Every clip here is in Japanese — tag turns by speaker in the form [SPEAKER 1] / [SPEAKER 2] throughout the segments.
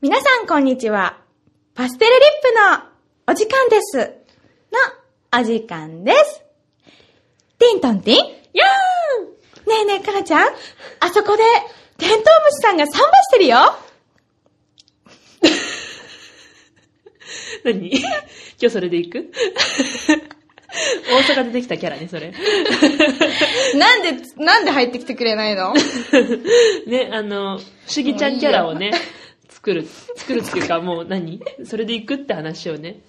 [SPEAKER 1] 皆さんこんにちは。パステルリップのお時間です。のお時間です。ティントンティン
[SPEAKER 2] や
[SPEAKER 1] ねえねえ、かなちゃん。あそこで、テントウムシさんがサンバしてるよ。
[SPEAKER 2] ーん何 今日それで行く大阪でできたキャラね、それ。
[SPEAKER 1] なんで、なんで入ってきてくれないの
[SPEAKER 2] ね、あの、不思議ちゃんキャラをね、作る、作るっていうか、もう何それで行くって話をね、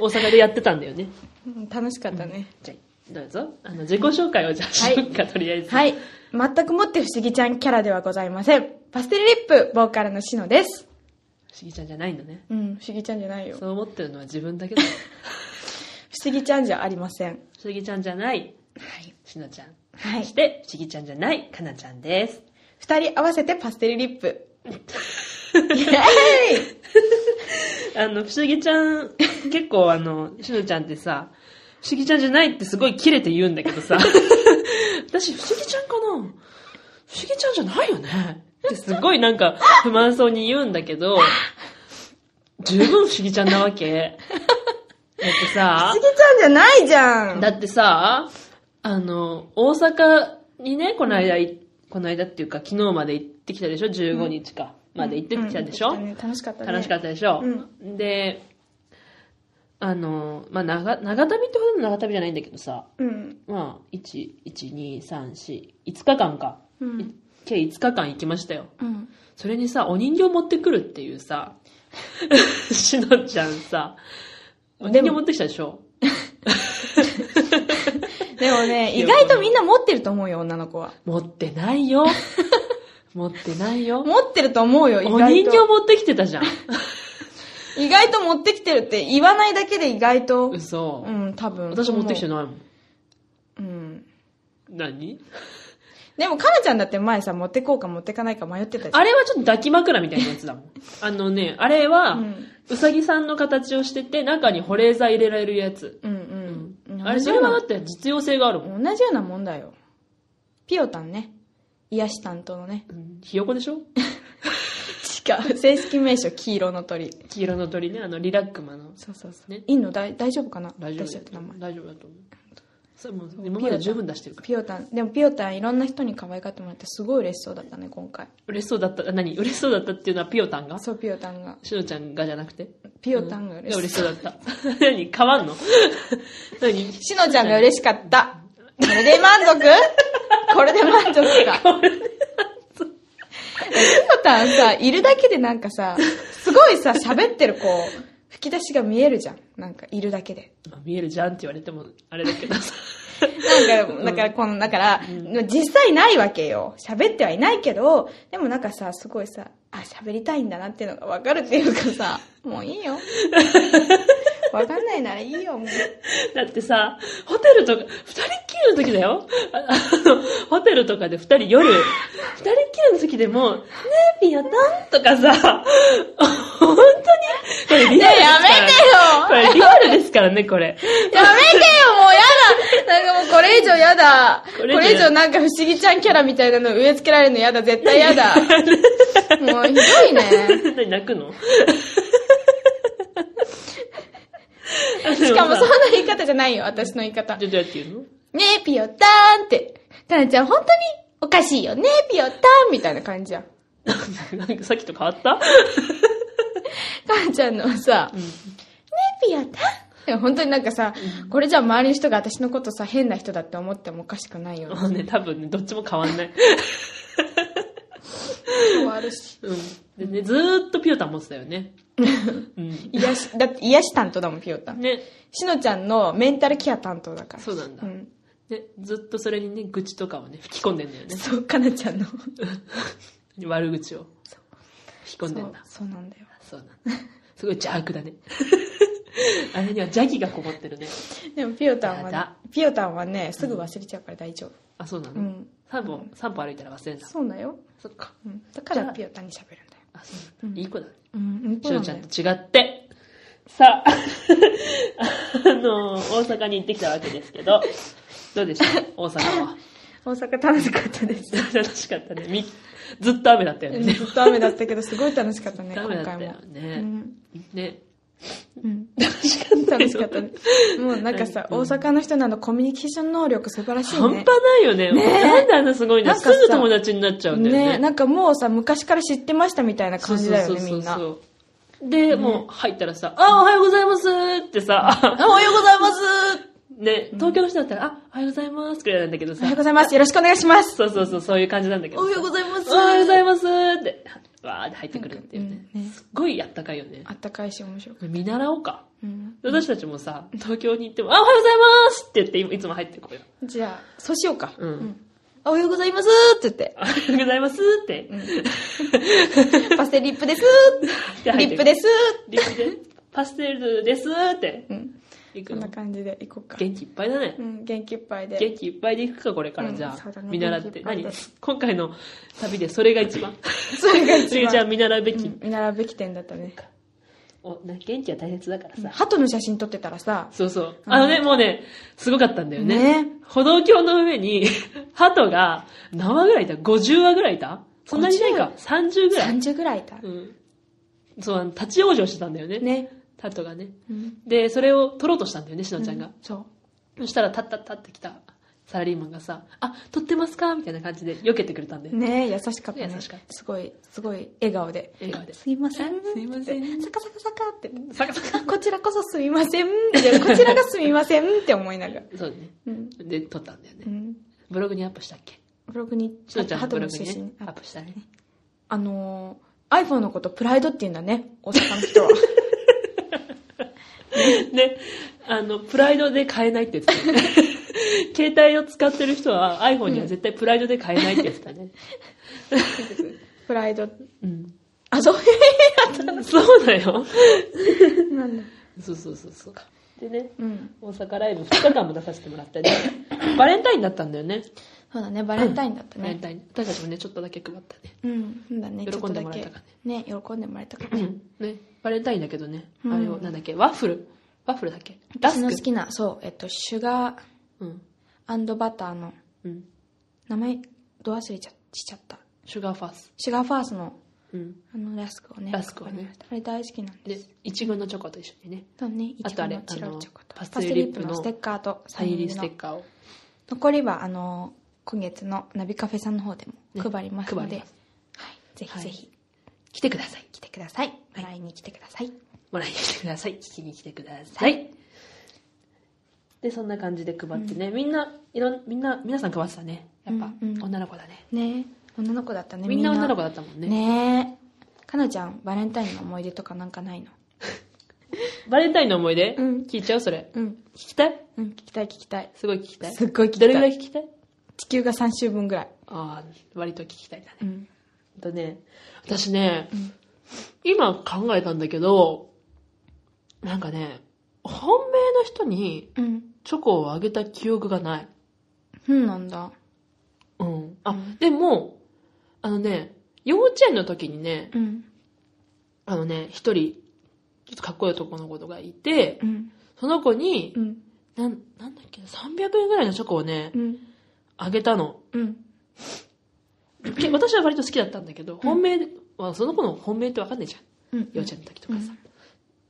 [SPEAKER 2] 大阪でやってたんだよね。
[SPEAKER 1] 楽しかったね。
[SPEAKER 2] じゃあ、どうぞ。あの、自己紹介をじゃあしようか、とりあえず。
[SPEAKER 1] はい。全くもって不思議ちゃんキャラではございません。パステルリップ、ボーカルのしのです。
[SPEAKER 2] 不思議ちゃんじゃないんだね。
[SPEAKER 1] うん、不思議ちゃんじゃないよ。不
[SPEAKER 2] そう思ってるのは自分だけだ。
[SPEAKER 1] 思議ちゃんじゃありません。
[SPEAKER 2] 不思議ちゃんじゃない、
[SPEAKER 1] はい。
[SPEAKER 2] しのちゃん。
[SPEAKER 1] は
[SPEAKER 2] そ
[SPEAKER 1] い
[SPEAKER 2] し。て、不思議ちゃんじゃない、かなちゃんです。
[SPEAKER 1] 二人合わせてパステルリッ プ。イェーイ
[SPEAKER 2] あの、不思議ちゃん、結構あの、 しのちゃんってさ、不思議ちゃんじゃないってすごいキレて言うんだけ どさ、私不思議ちゃんかな不思議ちゃんじゃないよねってすごいなんか不満そうに言うんだけど、十分不思議ちゃんなわけ。だって
[SPEAKER 1] 不
[SPEAKER 2] さ
[SPEAKER 1] 思議、ちゃんじゃないじゃん
[SPEAKER 2] だってさ、あの、大阪にね、この間い、この間っていうか昨日まで行ってきたでしょ ?15 日か。まで行ってきたでしょ、
[SPEAKER 1] うんうん楽しかったね。
[SPEAKER 2] 楽しか
[SPEAKER 1] っ
[SPEAKER 2] ったでしょ、であのまあ長長旅ってほどの長旅じゃないんだけどさ
[SPEAKER 1] た。うん。
[SPEAKER 2] まあ12345日間か、
[SPEAKER 1] うん。
[SPEAKER 2] 計5日間行きましたよ
[SPEAKER 1] うん。
[SPEAKER 2] それにさお人形持ってくるっていうさ しのちゃんさお人
[SPEAKER 1] で
[SPEAKER 2] 形
[SPEAKER 1] も
[SPEAKER 2] 持ってきたでしょ
[SPEAKER 1] でもね、意外とみんな持ってると思うよ、女の子は。
[SPEAKER 2] 持ってない よ持ってないよ
[SPEAKER 1] 持ってると思うよ、意
[SPEAKER 2] お
[SPEAKER 1] 外
[SPEAKER 2] 人形
[SPEAKER 1] と。
[SPEAKER 2] 持ってきて たじゃん
[SPEAKER 1] 意外と持ってきてるって言わないだけで意外と。
[SPEAKER 2] 嘘、
[SPEAKER 1] うん、多分。
[SPEAKER 2] 私持ってきて
[SPEAKER 1] る。
[SPEAKER 2] ないもん
[SPEAKER 1] うん。
[SPEAKER 2] 何
[SPEAKER 1] でも、かなちゃんだって前さ、持ってこうか持ってかないか迷ってたじゃん
[SPEAKER 2] あれはちょっと抱き枕みたいなやつだ もん。あのね、あれは、
[SPEAKER 1] うん
[SPEAKER 2] うさぎさんの形をしてて、中に保冷剤入れられるやつ。
[SPEAKER 1] うんうん。
[SPEAKER 2] あれ、
[SPEAKER 1] 同じ
[SPEAKER 2] そ
[SPEAKER 1] よ
[SPEAKER 2] れ
[SPEAKER 1] う
[SPEAKER 2] はだ
[SPEAKER 1] な
[SPEAKER 2] って実用性があるもん。
[SPEAKER 1] 同じようなもんだよ。ピオタンね。癒し担当のね。
[SPEAKER 2] うんひよこでしょ
[SPEAKER 1] 違う。正式名称、黄色の鳥。
[SPEAKER 2] 黄色の鳥ね、あの、リラックマの。
[SPEAKER 1] そうそうそう。
[SPEAKER 2] ね
[SPEAKER 1] いいのだい大丈夫かな
[SPEAKER 2] 大丈
[SPEAKER 1] 私だっ
[SPEAKER 2] 夫
[SPEAKER 1] て
[SPEAKER 2] だ
[SPEAKER 1] 名
[SPEAKER 2] よ
[SPEAKER 1] 前。
[SPEAKER 2] 大丈夫だと思う。それもう今まで十分出してるから。
[SPEAKER 1] ピオタン。でもピオタンいろんな人に可愛がってもらってすごい嬉しそうだったね、今回。
[SPEAKER 2] 嬉しそうだった、あ何嬉しそうだったっていうのはピオタンが
[SPEAKER 1] そう、ピオタンが。
[SPEAKER 2] しのちゃんがじゃなくて
[SPEAKER 1] ピオタンが嬉しそう。
[SPEAKER 2] 嬉しそうだった。 何変わん の何
[SPEAKER 1] しのちゃんが嬉しかった。これで満 足これで満足か。ピオタンさ、いるだけでなんかさ、すごいさ、喋ってるこう、吹き出しが見えるじゃん。なんか、いるだけで。
[SPEAKER 2] まあ見えるじゃんって言われても、あれだけどさ。
[SPEAKER 1] なんか、だから、この、だから、実際ないわけよ。喋ってはいないけど、でもなんかさ、すごいさ、あ、喋りたいんだなっていうのがわかるっていうか さ、もういいよ。わかんないならいいよ、もう。
[SPEAKER 2] だってさ、ホテルとか、二人っきりの時だよあ あの、ホテルとかで二 人夜、二人っきりの時でも、ねえ、ピアタンとかさ、本当に、これリアルですからね
[SPEAKER 1] ねえ
[SPEAKER 2] こ
[SPEAKER 1] やめてよ
[SPEAKER 2] れリアルですからね、これ。
[SPEAKER 1] やめてよ、もうやだなんかもうこれ以上やだこ
[SPEAKER 2] こ
[SPEAKER 1] れ
[SPEAKER 2] れ以上
[SPEAKER 1] 以上なんか不思議ちゃんキャラみたいなの植え付けられるのやだ、絶対や だもうひどいね。
[SPEAKER 2] 何泣く の
[SPEAKER 1] し
[SPEAKER 2] し
[SPEAKER 1] かもそんな言い方じゃないよ、私の言い方。
[SPEAKER 2] じゃあどうやって言うの
[SPEAKER 1] ねえ、ピヨタンって。かなちゃん、本当におかしいよね、ピヨタンみたいな感じやん。
[SPEAKER 2] なんかさっきと変わった
[SPEAKER 1] かなちゃんのさ、ねえ、ピヨタンでも本当になんかさ、これじゃ周りの人が私のことさ、変な人だって思ってもおかしくないよね。
[SPEAKER 2] もうね、多分ね、どっちも変わんない。
[SPEAKER 1] 終わるし。
[SPEAKER 2] うん。でね、ずーっとピオタン持ってたよ ね。うん。
[SPEAKER 1] 癒し、だって癒し担当だもん、ピヨタン。
[SPEAKER 2] ね、
[SPEAKER 1] しのちゃんのメンタルケア担当だから。
[SPEAKER 2] そうなんだ。
[SPEAKER 1] ん。
[SPEAKER 2] ね、ずっとそれにね、愚痴とかをね、吹き込んでんだよね。
[SPEAKER 1] そう、かなちゃんの。
[SPEAKER 2] 悪口を。吹き込んで
[SPEAKER 1] そ
[SPEAKER 2] ん
[SPEAKER 1] う
[SPEAKER 2] だ。、
[SPEAKER 1] そうなんだよ。
[SPEAKER 2] そうなんだ。すごい邪悪だ ね。あれには邪気がこもってるね。
[SPEAKER 1] でもピヨタンは
[SPEAKER 2] やだ
[SPEAKER 1] ね、ピヨタンはね、すぐ忘れちゃうから大丈夫。
[SPEAKER 2] あ、そうなの、
[SPEAKER 1] うん
[SPEAKER 2] 三歩、三歩歩いたら忘れんだ。
[SPEAKER 1] そうだよ。
[SPEAKER 2] そっか。
[SPEAKER 1] うん。だからピヨタンに喋るんだよ。
[SPEAKER 2] あ、そうなんだ。いい子だね。
[SPEAKER 1] うん、うん、
[SPEAKER 2] し
[SPEAKER 1] そうな
[SPEAKER 2] の
[SPEAKER 1] ん
[SPEAKER 2] ち
[SPEAKER 1] だ
[SPEAKER 2] ゃ
[SPEAKER 1] よ
[SPEAKER 2] んと違って。さあ、 あの、大阪に行ってきたわけですけど、どうでした大阪は。
[SPEAKER 1] 大阪楽しかったです。
[SPEAKER 2] 楽しかったね。みずっと雨だったよね。
[SPEAKER 1] ずっと雨だったけど、すごい楽しかったね、
[SPEAKER 2] ダ
[SPEAKER 1] 今
[SPEAKER 2] メだった
[SPEAKER 1] 回
[SPEAKER 2] よ
[SPEAKER 1] も。う
[SPEAKER 2] ね。
[SPEAKER 1] ん
[SPEAKER 2] ね。
[SPEAKER 1] うん
[SPEAKER 2] 楽しかった
[SPEAKER 1] 楽しかったね。もうなんかさ、
[SPEAKER 2] うん
[SPEAKER 1] 大阪の人のあのコミュニケーション能力素晴らしい
[SPEAKER 2] 半
[SPEAKER 1] ね
[SPEAKER 2] 端。ないよね。なんであんなすごいんだ
[SPEAKER 1] なん
[SPEAKER 2] す
[SPEAKER 1] かさ
[SPEAKER 2] ぐ友達になっちゃうんだよね。
[SPEAKER 1] ねなんかもうさ、昔から知ってましたみたいな感じだよね、みんな。
[SPEAKER 2] う。で、
[SPEAKER 1] ね
[SPEAKER 2] もう入ったらさ、あ、おはようございますってさ、
[SPEAKER 1] おはようございます
[SPEAKER 2] ね、東京の人だったら、あ、おはようございますくらいなんだけど
[SPEAKER 1] お
[SPEAKER 2] さ
[SPEAKER 1] はよう、ございますよろしくお願いします
[SPEAKER 2] そうそうそう、そういう感じなんだけどさ。
[SPEAKER 1] ございま
[SPEAKER 2] おはようございますって、わーって入ってくるっていうね
[SPEAKER 1] うんね。
[SPEAKER 2] すっごいあったかいよね。
[SPEAKER 1] あったかいし面白かっ
[SPEAKER 2] 見習おうか。
[SPEAKER 1] た。うん
[SPEAKER 2] 私たちもさ、東京に行っても、あ、おはようございますって言って今、いつも入ってこうよ。
[SPEAKER 1] じゃあ、そうしようか。
[SPEAKER 2] うん
[SPEAKER 1] おはようございますって言って。
[SPEAKER 2] おはようございますって。
[SPEAKER 1] パステルリップです
[SPEAKER 2] で
[SPEAKER 1] リ
[SPEAKER 2] 入って
[SPEAKER 1] ップです
[SPEAKER 2] リップで、パステルですって
[SPEAKER 1] うん。
[SPEAKER 2] 行
[SPEAKER 1] こ
[SPEAKER 2] く
[SPEAKER 1] んな
[SPEAKER 2] の。
[SPEAKER 1] 感じで行こうか。
[SPEAKER 2] 元気いっぱいだね
[SPEAKER 1] う。ん、元気いっぱいで。
[SPEAKER 2] 元気いっぱいで行くか、これから
[SPEAKER 1] うん
[SPEAKER 2] じゃ
[SPEAKER 1] そう
[SPEAKER 2] あ
[SPEAKER 1] だ。ね
[SPEAKER 2] 見習って。
[SPEAKER 1] 元気いっ
[SPEAKER 2] 何
[SPEAKER 1] ぱいで
[SPEAKER 2] 今回の旅で それが一番。
[SPEAKER 1] それが 一
[SPEAKER 2] 次じゃあ
[SPEAKER 1] 番。
[SPEAKER 2] 見習うべ
[SPEAKER 1] う
[SPEAKER 2] き
[SPEAKER 1] ん。見習うべき点だったね。
[SPEAKER 2] おな元気は大切だからさ。
[SPEAKER 1] 鳩の写真撮ってたらさ、
[SPEAKER 2] そうそう。あのね、もうね、すごかったんだよね
[SPEAKER 1] ね。
[SPEAKER 2] 歩道橋の上に、 鳩が何羽ぐらいいた ?50 羽ぐらいいたそんなにいないか ?30 ぐらい。
[SPEAKER 1] 30ぐらいいた
[SPEAKER 2] う。ん。そう、あの立ち往生してたんだよね。
[SPEAKER 1] ね。
[SPEAKER 2] 鳩がね。
[SPEAKER 1] うん。
[SPEAKER 2] で、それを取ろうとしたんだよね、しのちゃんが。
[SPEAKER 1] そう。
[SPEAKER 2] そしたら、タッタッタって来たサラリーマンがさ、あ、取ってますかみたいな感じで避けてくれたんだよ。
[SPEAKER 1] ね優しかったね
[SPEAKER 2] 優しかっ。
[SPEAKER 1] すごい、すごい笑顔で。
[SPEAKER 2] 笑顔で。
[SPEAKER 1] すいません。
[SPEAKER 2] すいません
[SPEAKER 1] サカサカサカって。
[SPEAKER 2] サカサカ。
[SPEAKER 1] こちらこそすみません。でこちらがすみませんって思いながら。
[SPEAKER 2] そうね。
[SPEAKER 1] うん。
[SPEAKER 2] で、撮ったんだよね
[SPEAKER 1] う。ん。
[SPEAKER 2] ブログにアップしたっけ
[SPEAKER 1] ブログに、
[SPEAKER 2] しのちゃんの
[SPEAKER 1] 鳩
[SPEAKER 2] ブロ
[SPEAKER 1] の
[SPEAKER 2] グ
[SPEAKER 1] 写
[SPEAKER 2] にね
[SPEAKER 1] 真、
[SPEAKER 2] アッ
[SPEAKER 1] あ
[SPEAKER 2] プしたね。
[SPEAKER 1] あのー、iPhone のことプライドって言うんだね、大阪の 人は。
[SPEAKER 2] ね、あの、プライドで買えないって言ってた、ね。 携帯を使ってる人は iPhone には絶対プライドで買えないって言ってたね。
[SPEAKER 1] プライド。
[SPEAKER 2] うん。
[SPEAKER 1] あ、そう
[SPEAKER 2] そうだよ。
[SPEAKER 1] いうなんだ。
[SPEAKER 2] そうそうそうそう。でね、
[SPEAKER 1] うん。
[SPEAKER 2] 大阪ライブ2日間も出させてもらってね。バレンタインだったんだよね。
[SPEAKER 1] そうだね、バレンタインだった
[SPEAKER 2] バレン
[SPEAKER 1] ね。
[SPEAKER 2] タイン。私たちもね、ちょっとだけ配ったね。
[SPEAKER 1] うん。そうだね、ちょっと
[SPEAKER 2] 喜んで
[SPEAKER 1] だ
[SPEAKER 2] もらえ
[SPEAKER 1] け
[SPEAKER 2] たか。
[SPEAKER 1] ね、喜んでもらえたかね。
[SPEAKER 2] ね、バレンタインだけどね。
[SPEAKER 1] うん
[SPEAKER 2] あれを、なんだっけ、ワッフル。ワッフルだっけラ
[SPEAKER 1] 私
[SPEAKER 2] ス
[SPEAKER 1] の
[SPEAKER 2] ク
[SPEAKER 1] 好。きな、そう、えっと、シュガ
[SPEAKER 2] うん。
[SPEAKER 1] ーバターの、
[SPEAKER 2] うん。
[SPEAKER 1] 名前、ど忘れちゃしちゃった。
[SPEAKER 2] シュガーファース。
[SPEAKER 1] シュガーファースの、
[SPEAKER 2] うん。
[SPEAKER 1] あの、ラスクをね。
[SPEAKER 2] ラスクをね。
[SPEAKER 1] あれ大好きなんで
[SPEAKER 2] で、
[SPEAKER 1] す。
[SPEAKER 2] いちごのチョコと一緒にね、
[SPEAKER 1] そうね、い
[SPEAKER 2] あ
[SPEAKER 1] ち
[SPEAKER 2] と
[SPEAKER 1] ご
[SPEAKER 2] あれ
[SPEAKER 1] のチロルチョコ
[SPEAKER 2] あの
[SPEAKER 1] と、
[SPEAKER 2] パ
[SPEAKER 1] パ
[SPEAKER 2] ス
[SPEAKER 1] ス
[SPEAKER 2] テ
[SPEAKER 1] テ
[SPEAKER 2] ル
[SPEAKER 1] ル
[SPEAKER 2] リ
[SPEAKER 1] リ
[SPEAKER 2] ッ
[SPEAKER 1] ッ
[SPEAKER 2] プ
[SPEAKER 1] プ
[SPEAKER 2] の
[SPEAKER 1] のステッカーと、
[SPEAKER 2] サイン入りステッ
[SPEAKER 1] カー。
[SPEAKER 2] カーを
[SPEAKER 1] 残りは、あの、今月のナビカフェさんの方で
[SPEAKER 2] ね
[SPEAKER 1] も配りますの
[SPEAKER 2] 配り
[SPEAKER 1] で、は
[SPEAKER 2] ます
[SPEAKER 1] い、ぜひぜ
[SPEAKER 2] は
[SPEAKER 1] ひ
[SPEAKER 2] 来てください。
[SPEAKER 1] 来てください。もらいに来てください。
[SPEAKER 2] もらいに来てください。 聞きに来てください。で、そんな感じで配ってね、みんな、いろん、みんな、皆さん配ってたね。やっぱ、
[SPEAKER 1] うんうん
[SPEAKER 2] 女の子だね。
[SPEAKER 1] ね女の子だったね。
[SPEAKER 2] みんな女の子だったもんね。
[SPEAKER 1] ねえ。かなちゃん、バレンタインの思い出とかなんかないの
[SPEAKER 2] バレンタインの思い出、
[SPEAKER 1] うん
[SPEAKER 2] 聞いちゃうそれ。
[SPEAKER 1] うん。
[SPEAKER 2] 聞きたい
[SPEAKER 1] うん、聞きたい聞きたい。
[SPEAKER 2] すごい聞きたい。
[SPEAKER 1] すっごい聞きた
[SPEAKER 2] ど
[SPEAKER 1] い。
[SPEAKER 2] れぐらい聞きたい
[SPEAKER 1] 地球が3週分ぐらい。
[SPEAKER 2] ああ、割と聞きたいだね。
[SPEAKER 1] うん。
[SPEAKER 2] あとね、私ね、今考えたんだけど、なんかね、本命の人に
[SPEAKER 1] うん。
[SPEAKER 2] チョコをあげた記憶がない。
[SPEAKER 1] うんなんだ。
[SPEAKER 2] うん。あ、
[SPEAKER 1] うん
[SPEAKER 2] でも、あのね、幼稚園の時にね、
[SPEAKER 1] うん。
[SPEAKER 2] あのね、一人、ちょっとかっこいい男の子がいて、
[SPEAKER 1] うん。
[SPEAKER 2] その子に
[SPEAKER 1] う、ん。
[SPEAKER 2] なん、なんだっけな、300円ぐらいのチョコをね
[SPEAKER 1] う、ん。
[SPEAKER 2] あげたの。
[SPEAKER 1] うん。
[SPEAKER 2] け私は割と好きだったんだけど、本命は、その子の本命ってわかんないじゃん。
[SPEAKER 1] うん。
[SPEAKER 2] 幼稚園の時とかさ。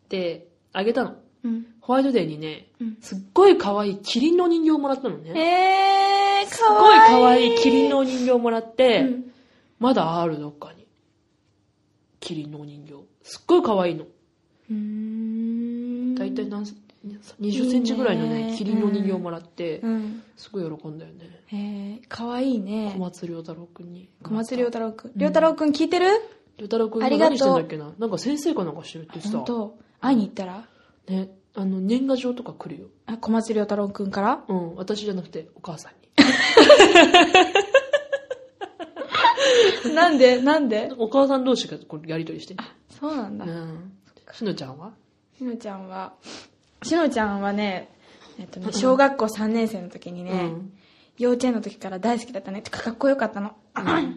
[SPEAKER 2] で、あげたの。
[SPEAKER 1] うん。
[SPEAKER 2] ホワイトデーにね、
[SPEAKER 1] うん。
[SPEAKER 2] すっごい可愛いキリンの人形をもらったのね。
[SPEAKER 1] えー、
[SPEAKER 2] す
[SPEAKER 1] か
[SPEAKER 2] ごい
[SPEAKER 1] わいい。
[SPEAKER 2] 可愛いキリンのお人形をもらって、
[SPEAKER 1] うん
[SPEAKER 2] まだあるどっかに。キリンのお人形。すっごい可愛いの。
[SPEAKER 1] うーん。
[SPEAKER 2] だいたい何セ20センチぐらいの
[SPEAKER 1] い
[SPEAKER 2] ね
[SPEAKER 1] いね
[SPEAKER 2] キリンのお人形をもらって、
[SPEAKER 1] うん。
[SPEAKER 2] すごい喜んだよね。
[SPEAKER 1] えー、かわいいね
[SPEAKER 2] 小。松良太郎くんに。
[SPEAKER 1] 小松良太郎くん。
[SPEAKER 2] ん
[SPEAKER 1] 良太郎くん聞いてる
[SPEAKER 2] 良太郎くん
[SPEAKER 1] あ
[SPEAKER 2] が
[SPEAKER 1] りがとう
[SPEAKER 2] 何してんだっけななんか先生かなんかしてるって言
[SPEAKER 1] 本
[SPEAKER 2] って
[SPEAKER 1] 当会いに行ったら
[SPEAKER 2] た。ね。あの、年賀状とか来るよ。
[SPEAKER 1] あ、小松良太郎くんから
[SPEAKER 2] うん。私じゃなくて、お母さんに。
[SPEAKER 1] なんでなんで
[SPEAKER 2] お母さん同士がこうやりとりしてんの
[SPEAKER 1] そうなんだ
[SPEAKER 2] う。ん。しのちゃんは
[SPEAKER 1] しのちゃんは、しのちゃんはね、えっとね、小学校3年生の時にね、
[SPEAKER 2] うん
[SPEAKER 1] 幼稚園の時から大好きだったね。てかかっこよかったの。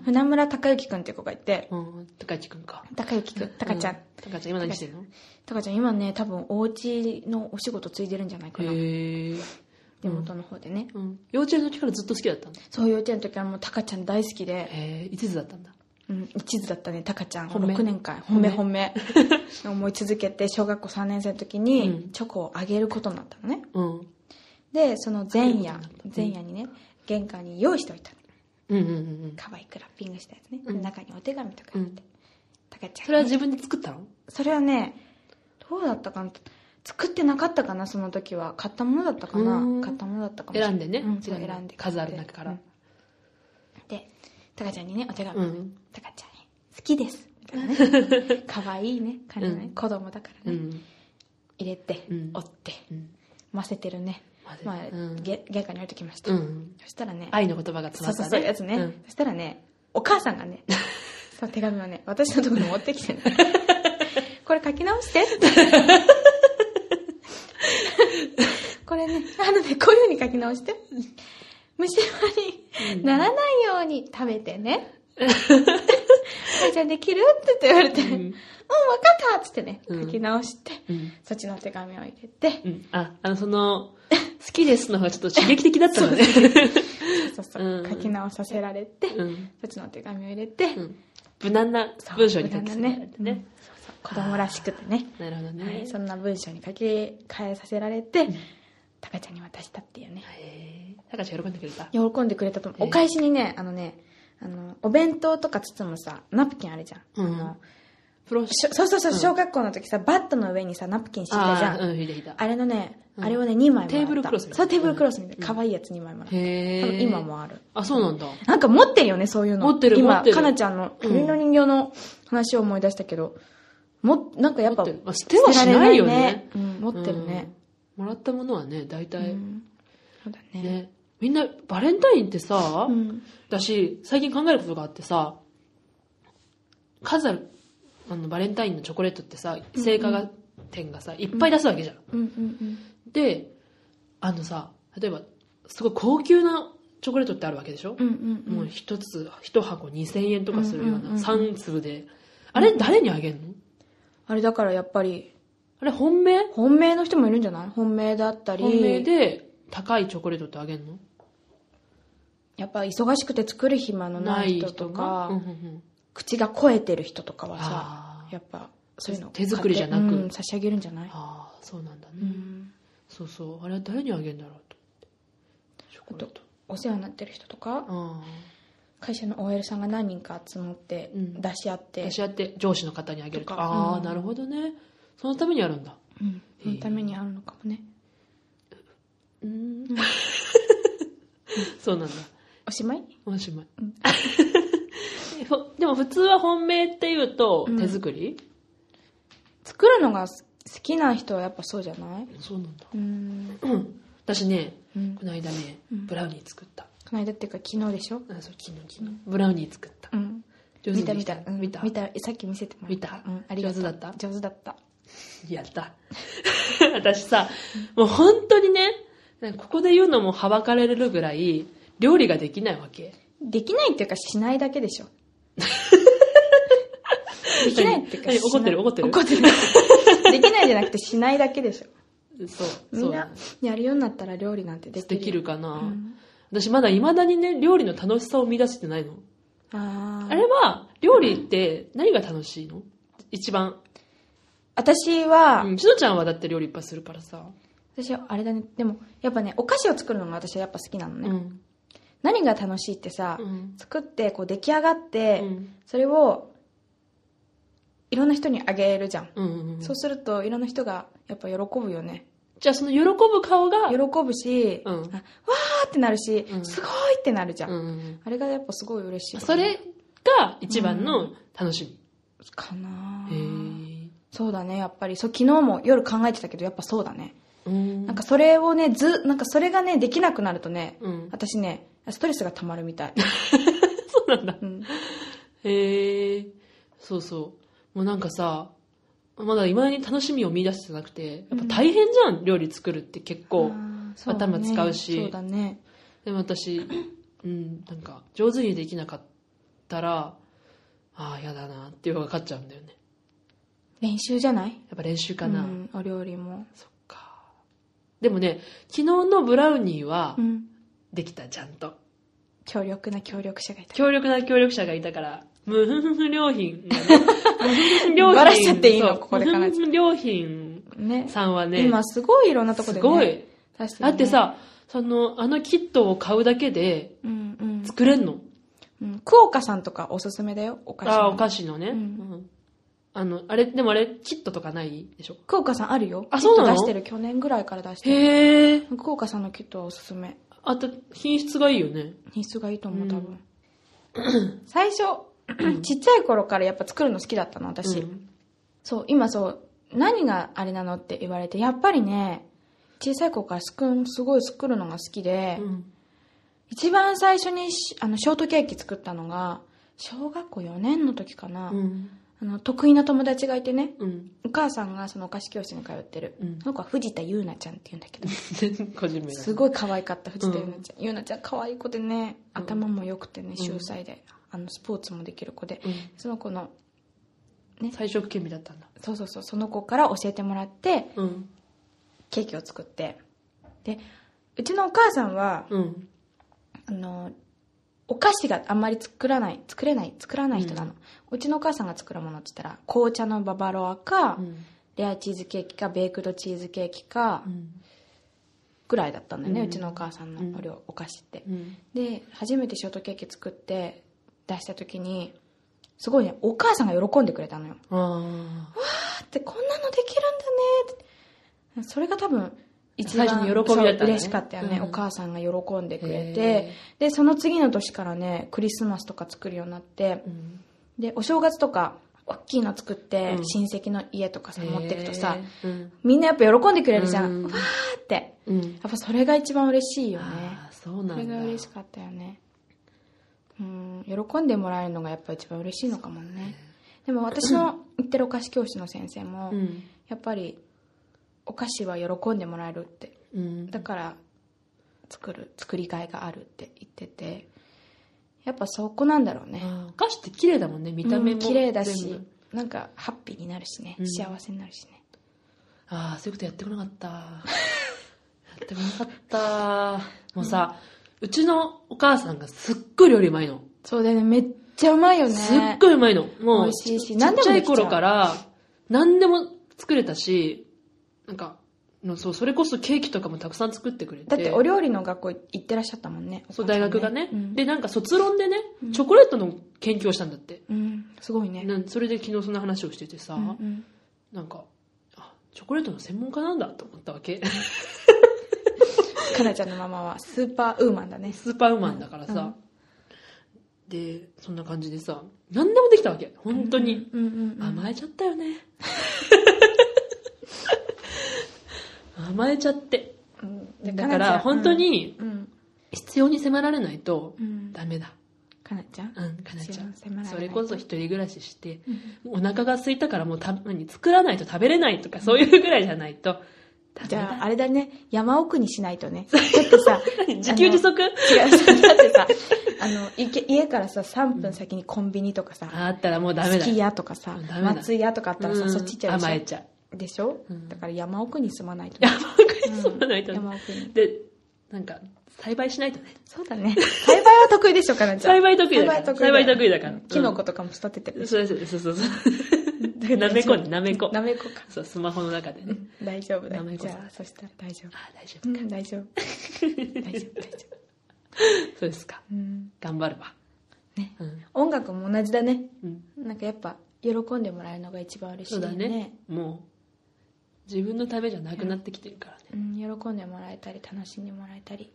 [SPEAKER 1] 船村隆之くんっていう子がいて、
[SPEAKER 2] うん。高市くんか。
[SPEAKER 1] 隆之くん、隆ちゃん。
[SPEAKER 2] う。たかちゃん、今何してんの
[SPEAKER 1] 隆ちゃん今ね、多分お家のお仕事ついてるんじゃないかな。
[SPEAKER 2] へえ。
[SPEAKER 1] 地元の方でね。
[SPEAKER 2] うん。幼稚園の時からずっと好きだったんだ。
[SPEAKER 1] そう、幼稚園の時はもうタカちゃん大好きで、
[SPEAKER 2] えー、いつだったんだ。
[SPEAKER 1] うん、一途だったね、タカちゃん。
[SPEAKER 2] 本命
[SPEAKER 1] 6年間、本
[SPEAKER 2] 本命
[SPEAKER 1] 命本命。思い続けて、小学校3年生の時
[SPEAKER 2] うん
[SPEAKER 1] に、チョコをあげることになったのね。
[SPEAKER 2] うん。
[SPEAKER 1] で、その前夜
[SPEAKER 2] あげることになった、
[SPEAKER 1] 前夜にね、玄関に用意しておいたの。
[SPEAKER 2] うんうんうん。
[SPEAKER 1] 可愛くラッピングしたやつね。
[SPEAKER 2] うん
[SPEAKER 1] 中にお手紙とか
[SPEAKER 2] う
[SPEAKER 1] 入っ
[SPEAKER 2] ん
[SPEAKER 1] て。。タカちゃん。
[SPEAKER 2] それは自分で作ったの
[SPEAKER 1] それはね、どうだったかな作ってなかったかな、その時は。買ったものだったか
[SPEAKER 2] うん
[SPEAKER 1] な買ったものだったかもしれな
[SPEAKER 2] 選
[SPEAKER 1] い
[SPEAKER 2] んでね。
[SPEAKER 1] うん、
[SPEAKER 2] 違
[SPEAKER 1] そうう
[SPEAKER 2] ね
[SPEAKER 1] 選んで。
[SPEAKER 2] 数ある中か
[SPEAKER 1] う
[SPEAKER 2] ら
[SPEAKER 1] ん。で、タカちゃんにね、お手紙。
[SPEAKER 2] うん。
[SPEAKER 1] タカちゃんに、好きです。みたいなね。 かわいいね。感じの
[SPEAKER 2] う
[SPEAKER 1] ね
[SPEAKER 2] ん。
[SPEAKER 1] 子供だか
[SPEAKER 2] う
[SPEAKER 1] らね。
[SPEAKER 2] ん。
[SPEAKER 1] 入れて
[SPEAKER 2] うん、
[SPEAKER 1] 折って、
[SPEAKER 2] うん。
[SPEAKER 1] 混ぜてるね。
[SPEAKER 2] 混ぜて
[SPEAKER 1] まあ
[SPEAKER 2] うん、
[SPEAKER 1] げ玄関に置いてきました
[SPEAKER 2] う。ん。
[SPEAKER 1] そしたらね、
[SPEAKER 2] 愛の言葉が詰
[SPEAKER 1] そ
[SPEAKER 2] ま
[SPEAKER 1] うそ
[SPEAKER 2] った
[SPEAKER 1] うそういうやつね、
[SPEAKER 2] うん
[SPEAKER 1] そしたらねお母さんがね その手紙をね私のところに持ってきてねこれ書き直してって これねあのねこういうふうに書き直して虫歯にならないように食べてねじゃあできるって言って言われて、
[SPEAKER 2] う
[SPEAKER 1] うんん、分かったっつってね、
[SPEAKER 2] うん
[SPEAKER 1] 書き直して、
[SPEAKER 2] うん。
[SPEAKER 1] そっちの手紙を入れて、
[SPEAKER 2] うん。あ、あの、そ の、好きですの方がちょっと刺激的だったのね。
[SPEAKER 1] そうそう
[SPEAKER 2] うん
[SPEAKER 1] 書き直させられて、
[SPEAKER 2] うん。
[SPEAKER 1] そっちの手紙を入れて、
[SPEAKER 2] うん無難な
[SPEAKER 1] そう
[SPEAKER 2] 文章に書き
[SPEAKER 1] 無難
[SPEAKER 2] させ
[SPEAKER 1] な
[SPEAKER 2] られ
[SPEAKER 1] ね
[SPEAKER 2] てね。
[SPEAKER 1] うんそうそう子供らしくてね
[SPEAKER 2] なるほどね。
[SPEAKER 1] はい、そんな文章に書き換えさせられて、
[SPEAKER 2] ん
[SPEAKER 1] タカちゃんに渡したっていうね
[SPEAKER 2] へー。高橋喜んでくれた。
[SPEAKER 1] 喜んでくれたと思う
[SPEAKER 2] へえ
[SPEAKER 1] お返しにねあのねあのお弁当とか包むさナプキンあるじゃん、
[SPEAKER 2] うん
[SPEAKER 1] あの
[SPEAKER 2] プロ
[SPEAKER 1] しょそうそうそう、
[SPEAKER 2] うん
[SPEAKER 1] 小学校の時さバットの上にさナプキン敷いたじゃん
[SPEAKER 2] あ
[SPEAKER 1] あ,、
[SPEAKER 2] ーうん、ひいたひいた。
[SPEAKER 1] れのね、
[SPEAKER 2] うん
[SPEAKER 1] あれをね2枚もらった
[SPEAKER 2] テーブルクロスみたいな
[SPEAKER 1] そうテーブルクロスみたいな
[SPEAKER 2] うん
[SPEAKER 1] 可愛いやつ2枚もらった、
[SPEAKER 2] へ
[SPEAKER 1] 多
[SPEAKER 2] ー
[SPEAKER 1] 分今。もある
[SPEAKER 2] あ、そうなんだ。
[SPEAKER 1] なんか持ってるよねそういうの
[SPEAKER 2] 持ってる
[SPEAKER 1] 今
[SPEAKER 2] 持ってる
[SPEAKER 1] かなちゃんの
[SPEAKER 2] うん
[SPEAKER 1] 鳥の人形の話を思い出したけど、もなんかやっぱ
[SPEAKER 2] 持ってるまあ捨てはしないよ
[SPEAKER 1] 捨てられ
[SPEAKER 2] ね。
[SPEAKER 1] ないねうん、持ってるね、
[SPEAKER 2] うん。もらったものはね、大体
[SPEAKER 1] う、んそうだね
[SPEAKER 2] ね。みんな、バレンタインってさ
[SPEAKER 1] う、ん
[SPEAKER 2] 私、最近考えることがあってさ、数ある、あの、バレンタインのチョコレートってさ、
[SPEAKER 1] うん
[SPEAKER 2] 成果が、点がさ、いっぱい出すわけじゃん。
[SPEAKER 1] うんうん
[SPEAKER 2] で、あのさ、例えば、すごい高級なチョコレートってあるわけでしょ
[SPEAKER 1] うんう、んうん
[SPEAKER 2] もう一つ、一箱2000円とかするよう
[SPEAKER 1] うんうんうん
[SPEAKER 2] な、
[SPEAKER 1] うん
[SPEAKER 2] 3粒で。あれ、誰にあげんの
[SPEAKER 1] あれだからやっぱり
[SPEAKER 2] あれ、本命
[SPEAKER 1] 本命の人もいるんじゃない本命だったり
[SPEAKER 2] 本命で高いチョコレートってあげんの
[SPEAKER 1] やっぱ忙しくて作る暇のない人とか
[SPEAKER 2] ない人がうんうんうん
[SPEAKER 1] 口が肥えてる人とかはさ
[SPEAKER 2] あー
[SPEAKER 1] やっぱそういうの
[SPEAKER 2] 手作りじゃなく
[SPEAKER 1] 買ってうん差し上げるんじゃない
[SPEAKER 2] あーそうなんだね、
[SPEAKER 1] うん
[SPEAKER 2] そうそうあれは誰にあげんだろうとチョコレート
[SPEAKER 1] お世話になってる人とか
[SPEAKER 2] あ
[SPEAKER 1] 会社の OL さんが何人か集まって
[SPEAKER 2] うん
[SPEAKER 1] 出し合っ
[SPEAKER 2] あ
[SPEAKER 1] て
[SPEAKER 2] 私やって上司の方にあげると
[SPEAKER 1] とか
[SPEAKER 2] ああ、
[SPEAKER 1] うん
[SPEAKER 2] なるほどねそのためにやるんだ
[SPEAKER 1] うんそのためにあるのかもね
[SPEAKER 2] うん そうなんだ
[SPEAKER 1] おしまい
[SPEAKER 2] おしまい、
[SPEAKER 1] うん
[SPEAKER 2] ほでも普通は本命っていうと
[SPEAKER 1] うん
[SPEAKER 2] 手作り、
[SPEAKER 1] 作るのが好きな人はやっぱそうじゃない
[SPEAKER 2] そうなんだ
[SPEAKER 1] うん
[SPEAKER 2] うん私ね
[SPEAKER 1] うん
[SPEAKER 2] この間ね、
[SPEAKER 1] うん
[SPEAKER 2] ブラウニー作った
[SPEAKER 1] この間っていうか昨日でしょ
[SPEAKER 2] あそう昨日昨日ブラウニー作った
[SPEAKER 1] うん
[SPEAKER 2] 上手
[SPEAKER 1] 見
[SPEAKER 2] に
[SPEAKER 1] た
[SPEAKER 2] で
[SPEAKER 1] 見
[SPEAKER 2] き
[SPEAKER 1] た、うん
[SPEAKER 2] 見た
[SPEAKER 1] 見たさっき見せてもらった
[SPEAKER 2] 見た
[SPEAKER 1] うん、ありがとう
[SPEAKER 2] 上手だった
[SPEAKER 1] 上手だった
[SPEAKER 2] やった。 私さ、もう本当にね、ここで言うのもはばかれるぐらい、料理ができないわけ。
[SPEAKER 1] できないっていうかしないだけでしょできないっていうか
[SPEAKER 2] 何
[SPEAKER 1] しない
[SPEAKER 2] 怒ってる怒ってる
[SPEAKER 1] 怒 ってるできないじゃなくてしないだけでしょ
[SPEAKER 2] そう。
[SPEAKER 1] み
[SPEAKER 2] そ
[SPEAKER 1] ん
[SPEAKER 2] う
[SPEAKER 1] なやるようになったら料理なんてできる
[SPEAKER 2] できるかな、
[SPEAKER 1] うん
[SPEAKER 2] 私まだ未だにね、料理の楽しさを見出せてないの。
[SPEAKER 1] あー
[SPEAKER 2] あれは、料理って何が楽しいの一番。
[SPEAKER 1] 私は、
[SPEAKER 2] うん。しのちゃんはだって料理いっぱいするからさ。
[SPEAKER 1] 私はあれだねでもやっぱねお菓子を作るのが私はやっぱ好きなのね、
[SPEAKER 2] うん。
[SPEAKER 1] 何が楽しいってさ、
[SPEAKER 2] うん。
[SPEAKER 1] 作ってこう出来上がって、
[SPEAKER 2] うん。
[SPEAKER 1] それをいろんな人にあげるじゃん
[SPEAKER 2] うんうんうん。
[SPEAKER 1] そうするといろんな人がやっぱ喜ぶよね。
[SPEAKER 2] じゃあその喜ぶ顔が、
[SPEAKER 1] 喜ぶし、
[SPEAKER 2] うん
[SPEAKER 1] あわーってなるし、
[SPEAKER 2] うん
[SPEAKER 1] すごいってなるじゃん,、
[SPEAKER 2] うんうん
[SPEAKER 1] あれがやっぱすごい嬉しい。
[SPEAKER 2] それが一番の楽し
[SPEAKER 1] かな
[SPEAKER 2] み。
[SPEAKER 1] ぁ
[SPEAKER 2] へえ。
[SPEAKER 1] そうだね、やっぱり。そう、昨日も夜考えてたけど、やっぱそうだね。
[SPEAKER 2] うん
[SPEAKER 1] なんかそれをね、ず、なんかそれがね、できなくなるとね、
[SPEAKER 2] うん。
[SPEAKER 1] 私ね、ストレスが溜まるみたい。
[SPEAKER 2] そうなんだ。
[SPEAKER 1] うん、
[SPEAKER 2] へえ。そうそう。もうなんかさ、まだ未だに楽しみを見出してなくて、やっぱ大変じゃん、料理作るって結構。
[SPEAKER 1] あー
[SPEAKER 2] 頭使うし
[SPEAKER 1] そうだね。
[SPEAKER 2] でも私、うん、なんか、上手にできなかったら、ああ、やだなっていう方が勝っちゃうんだよね。
[SPEAKER 1] 練習じゃない
[SPEAKER 2] やっぱ練習かな。
[SPEAKER 1] うん、お料理も。
[SPEAKER 2] そっか。でもね、昨日のブラウニーは
[SPEAKER 1] うん。
[SPEAKER 2] できた、ちゃんと。
[SPEAKER 1] 強力な協力者がいた。
[SPEAKER 2] 強力な協力者がいたから、ムフフフ良品 がね。ムフフフ良品。
[SPEAKER 1] バラしちゃっていいの
[SPEAKER 2] そう
[SPEAKER 1] ここで必ず
[SPEAKER 2] ムフフフ良品
[SPEAKER 1] ね。
[SPEAKER 2] さんはね、
[SPEAKER 1] 今すごいいろんなとこ
[SPEAKER 2] す
[SPEAKER 1] でね。
[SPEAKER 2] ごい。
[SPEAKER 1] 出してるね
[SPEAKER 2] だって、さ、その、あのキットを買うだけで
[SPEAKER 1] うんうん。
[SPEAKER 2] 作れんの。
[SPEAKER 1] うんクオカさんとかおすすめだよ、お菓子。
[SPEAKER 2] ああー、お菓子のね。
[SPEAKER 1] うん
[SPEAKER 2] うんあの、あれ、でもあれ、キットとかないでしょ
[SPEAKER 1] クオカさんあるよ。
[SPEAKER 2] あそうなの
[SPEAKER 1] キット出してる、去年ぐらいから出してる。
[SPEAKER 2] へえ。
[SPEAKER 1] クオカさんのキットはおすすめ。
[SPEAKER 2] あと、品質がいいよね。
[SPEAKER 1] 品質がいいと思う、多分。最
[SPEAKER 2] う
[SPEAKER 1] 初、
[SPEAKER 2] ん
[SPEAKER 1] ちっちゃい頃からやっぱ作るの好きだったの、私。
[SPEAKER 2] うん
[SPEAKER 1] そう、今そう、何があれなのって言われて、やっぱりね、小さい頃からすくんすごい作るのが好きで、
[SPEAKER 2] うん
[SPEAKER 1] 一番最初にしあのショートケーキ作ったのが、小学校4年の時かな、
[SPEAKER 2] うん。
[SPEAKER 1] あの得意な友達がいてね、
[SPEAKER 2] うん。
[SPEAKER 1] お母さんがそのお菓子教室に通ってる、
[SPEAKER 2] うん
[SPEAKER 1] その子は藤田優奈ちゃんって言うんだけど、
[SPEAKER 2] 全然個人名だ
[SPEAKER 1] すごい可愛かった藤田優奈ちゃん。優、奈、ちゃん可愛い子でね、頭も良くてね、秀才で、あのスポーツもできる子で、
[SPEAKER 2] うん
[SPEAKER 1] その子の、
[SPEAKER 2] 退職権利だったんだ。
[SPEAKER 1] そうそうそう、その子から教えてもらって、
[SPEAKER 2] うん。
[SPEAKER 1] ケーキを作ってでうちのお母さんは、
[SPEAKER 2] うん。
[SPEAKER 1] あのお菓子があんまり作らない作れない作らない人なの、うちのお母さんが作るものって言ったら紅茶のババロアか、
[SPEAKER 2] うん。
[SPEAKER 1] レアチーズケーキかベイクドチーズケーキか
[SPEAKER 2] うん
[SPEAKER 1] ぐらいだったんだよね、
[SPEAKER 2] う
[SPEAKER 1] うんちのお母さん
[SPEAKER 2] うん
[SPEAKER 1] のお料、お菓子って
[SPEAKER 2] うん。
[SPEAKER 1] で初めてショートケーキ作って出した時にすごいねお母さんが喜んでくれたのよ
[SPEAKER 2] ああ。
[SPEAKER 1] だってこんなのできるんだねってそれが多分一番
[SPEAKER 2] 最初に喜びだったんだね
[SPEAKER 1] そう嬉しかったよね、
[SPEAKER 2] うん
[SPEAKER 1] お母さんが喜んでくれ
[SPEAKER 2] へ
[SPEAKER 1] てでその次の年からねクリスマスとか作るようになって
[SPEAKER 2] うん。
[SPEAKER 1] でお正月とか大きいの作って、
[SPEAKER 2] うん
[SPEAKER 1] 親戚の家とかさ持ってくとさ、
[SPEAKER 2] へー、うん。
[SPEAKER 1] みんなやっぱ喜んでくれるじゃん、
[SPEAKER 2] うん
[SPEAKER 1] わーって
[SPEAKER 2] うん。
[SPEAKER 1] やっぱそれが一番嬉しいよね
[SPEAKER 2] ああ、そうな
[SPEAKER 1] それ
[SPEAKER 2] んだ。
[SPEAKER 1] が嬉しかったよねうん喜んでもらえるのがやっぱ一番嬉しいのかもねでも私の行ってるお菓子教室の先生も、
[SPEAKER 2] うん。
[SPEAKER 1] やっぱりお菓子は喜んでもらえるって
[SPEAKER 2] うん。
[SPEAKER 1] だから作る作りがいがあるって言っててやっぱそこなんだろうね
[SPEAKER 2] あーお菓子って綺麗だもんね、見た目
[SPEAKER 1] うん
[SPEAKER 2] も。
[SPEAKER 1] 綺麗だし
[SPEAKER 2] 全部。
[SPEAKER 1] なんかハッピーになるしね、
[SPEAKER 2] うん
[SPEAKER 1] 幸せになるしね
[SPEAKER 2] ああ、そういうことやってこなかった。やってこなかった。もうさ、うちのお母さんがすっごい料理うまいの。
[SPEAKER 1] そうだよねめっちゃうまいよね
[SPEAKER 2] すっごいうまいの。もう、
[SPEAKER 1] 美味しいし
[SPEAKER 2] ちち
[SPEAKER 1] 何
[SPEAKER 2] っ
[SPEAKER 1] でもできち
[SPEAKER 2] ち
[SPEAKER 1] ゃ
[SPEAKER 2] ゃ
[SPEAKER 1] う
[SPEAKER 2] い頃から、何でも作れたし、なんか、のそう、それこそケーキとかもたくさん作ってくれて。
[SPEAKER 1] だってお料理の学校行ってらっしゃったもんね
[SPEAKER 2] そう、
[SPEAKER 1] お母
[SPEAKER 2] 大
[SPEAKER 1] さん
[SPEAKER 2] 学がね、
[SPEAKER 1] うん
[SPEAKER 2] で、なんか卒論でね
[SPEAKER 1] う、ん
[SPEAKER 2] チョコレートの研究をしたんだって。
[SPEAKER 1] うんすごいね
[SPEAKER 2] なんそれで昨日そんな話をしててさ、
[SPEAKER 1] うんうん
[SPEAKER 2] なんか、あ、チョコレートの専門家なんだと思ったわけ。
[SPEAKER 1] かなちゃんのママはスーパーウーマンだね
[SPEAKER 2] スーパーウーマンだからさ、
[SPEAKER 1] うん
[SPEAKER 2] でそんな感じでさ何でもできたわけ本当に、
[SPEAKER 1] うんうんうん
[SPEAKER 2] 甘えちゃったよね 甘えちゃって
[SPEAKER 1] うんで
[SPEAKER 2] だか
[SPEAKER 1] なちゃ
[SPEAKER 2] ら
[SPEAKER 1] ん
[SPEAKER 2] 本当に
[SPEAKER 1] うん
[SPEAKER 2] 必要に迫られないと
[SPEAKER 1] うん
[SPEAKER 2] ダメだ
[SPEAKER 1] かなちゃん
[SPEAKER 2] うんかなち
[SPEAKER 1] 必
[SPEAKER 2] ゃん
[SPEAKER 1] 要に迫られない
[SPEAKER 2] それこそ一人暮らしして
[SPEAKER 1] うん
[SPEAKER 2] お腹が空いたからもうた何作らないと食べれないとかそういうぐらいじゃないとダメ
[SPEAKER 1] じゃあ、
[SPEAKER 2] だ
[SPEAKER 1] あれだね、山奥にしないとね。だって さ、
[SPEAKER 2] 何自給自足
[SPEAKER 1] 違うさだってさ、あの、いけ家からさ、3分先にコンビニとかさ、
[SPEAKER 2] あったらもうダメ
[SPEAKER 1] す
[SPEAKER 2] だ
[SPEAKER 1] き家とかさ
[SPEAKER 2] ダメ、だ
[SPEAKER 1] 松屋とかあったら
[SPEAKER 2] う
[SPEAKER 1] さ、
[SPEAKER 2] ん
[SPEAKER 1] そっち行っちゃう
[SPEAKER 2] 甘え
[SPEAKER 1] でし
[SPEAKER 2] ちゃう
[SPEAKER 1] ょでしょ
[SPEAKER 2] うん
[SPEAKER 1] だから山奥に住まないとね。
[SPEAKER 2] 山奥に住まないと、
[SPEAKER 1] うん山奥に。
[SPEAKER 2] で、なんか、栽培しないとね。
[SPEAKER 1] そうだね。栽培は得意でしょ、かなちゃん。
[SPEAKER 2] 栽培得意だから。
[SPEAKER 1] 栽培
[SPEAKER 2] 栽培得意だから。
[SPEAKER 1] キノコとかも育てて
[SPEAKER 2] うん
[SPEAKER 1] る。
[SPEAKER 2] そうです、そうそうそう。なめ こね、なめこ。
[SPEAKER 1] なめこか。
[SPEAKER 2] そう、スマホの中でね。
[SPEAKER 1] 大丈夫だ
[SPEAKER 2] な
[SPEAKER 1] よ
[SPEAKER 2] め。こ
[SPEAKER 1] じ
[SPEAKER 2] さん
[SPEAKER 1] ゃあ、そしたら大丈夫。
[SPEAKER 2] あ、大丈
[SPEAKER 1] う
[SPEAKER 2] 夫か。
[SPEAKER 1] ん、大丈夫。大丈夫、大丈夫。
[SPEAKER 2] そうですか。
[SPEAKER 1] うん。
[SPEAKER 2] 頑張るわ。
[SPEAKER 1] ね。
[SPEAKER 2] うん。
[SPEAKER 1] 音楽も同じだね。
[SPEAKER 2] うん。
[SPEAKER 1] なんかやっぱ喜んでもらえるのが一番嬉し
[SPEAKER 2] そう
[SPEAKER 1] いよ
[SPEAKER 2] だ
[SPEAKER 1] ね
[SPEAKER 2] ね。もう、自分のためじゃなくなってきてるからね。
[SPEAKER 1] うん、喜んでもらえたり楽しんでもらえたり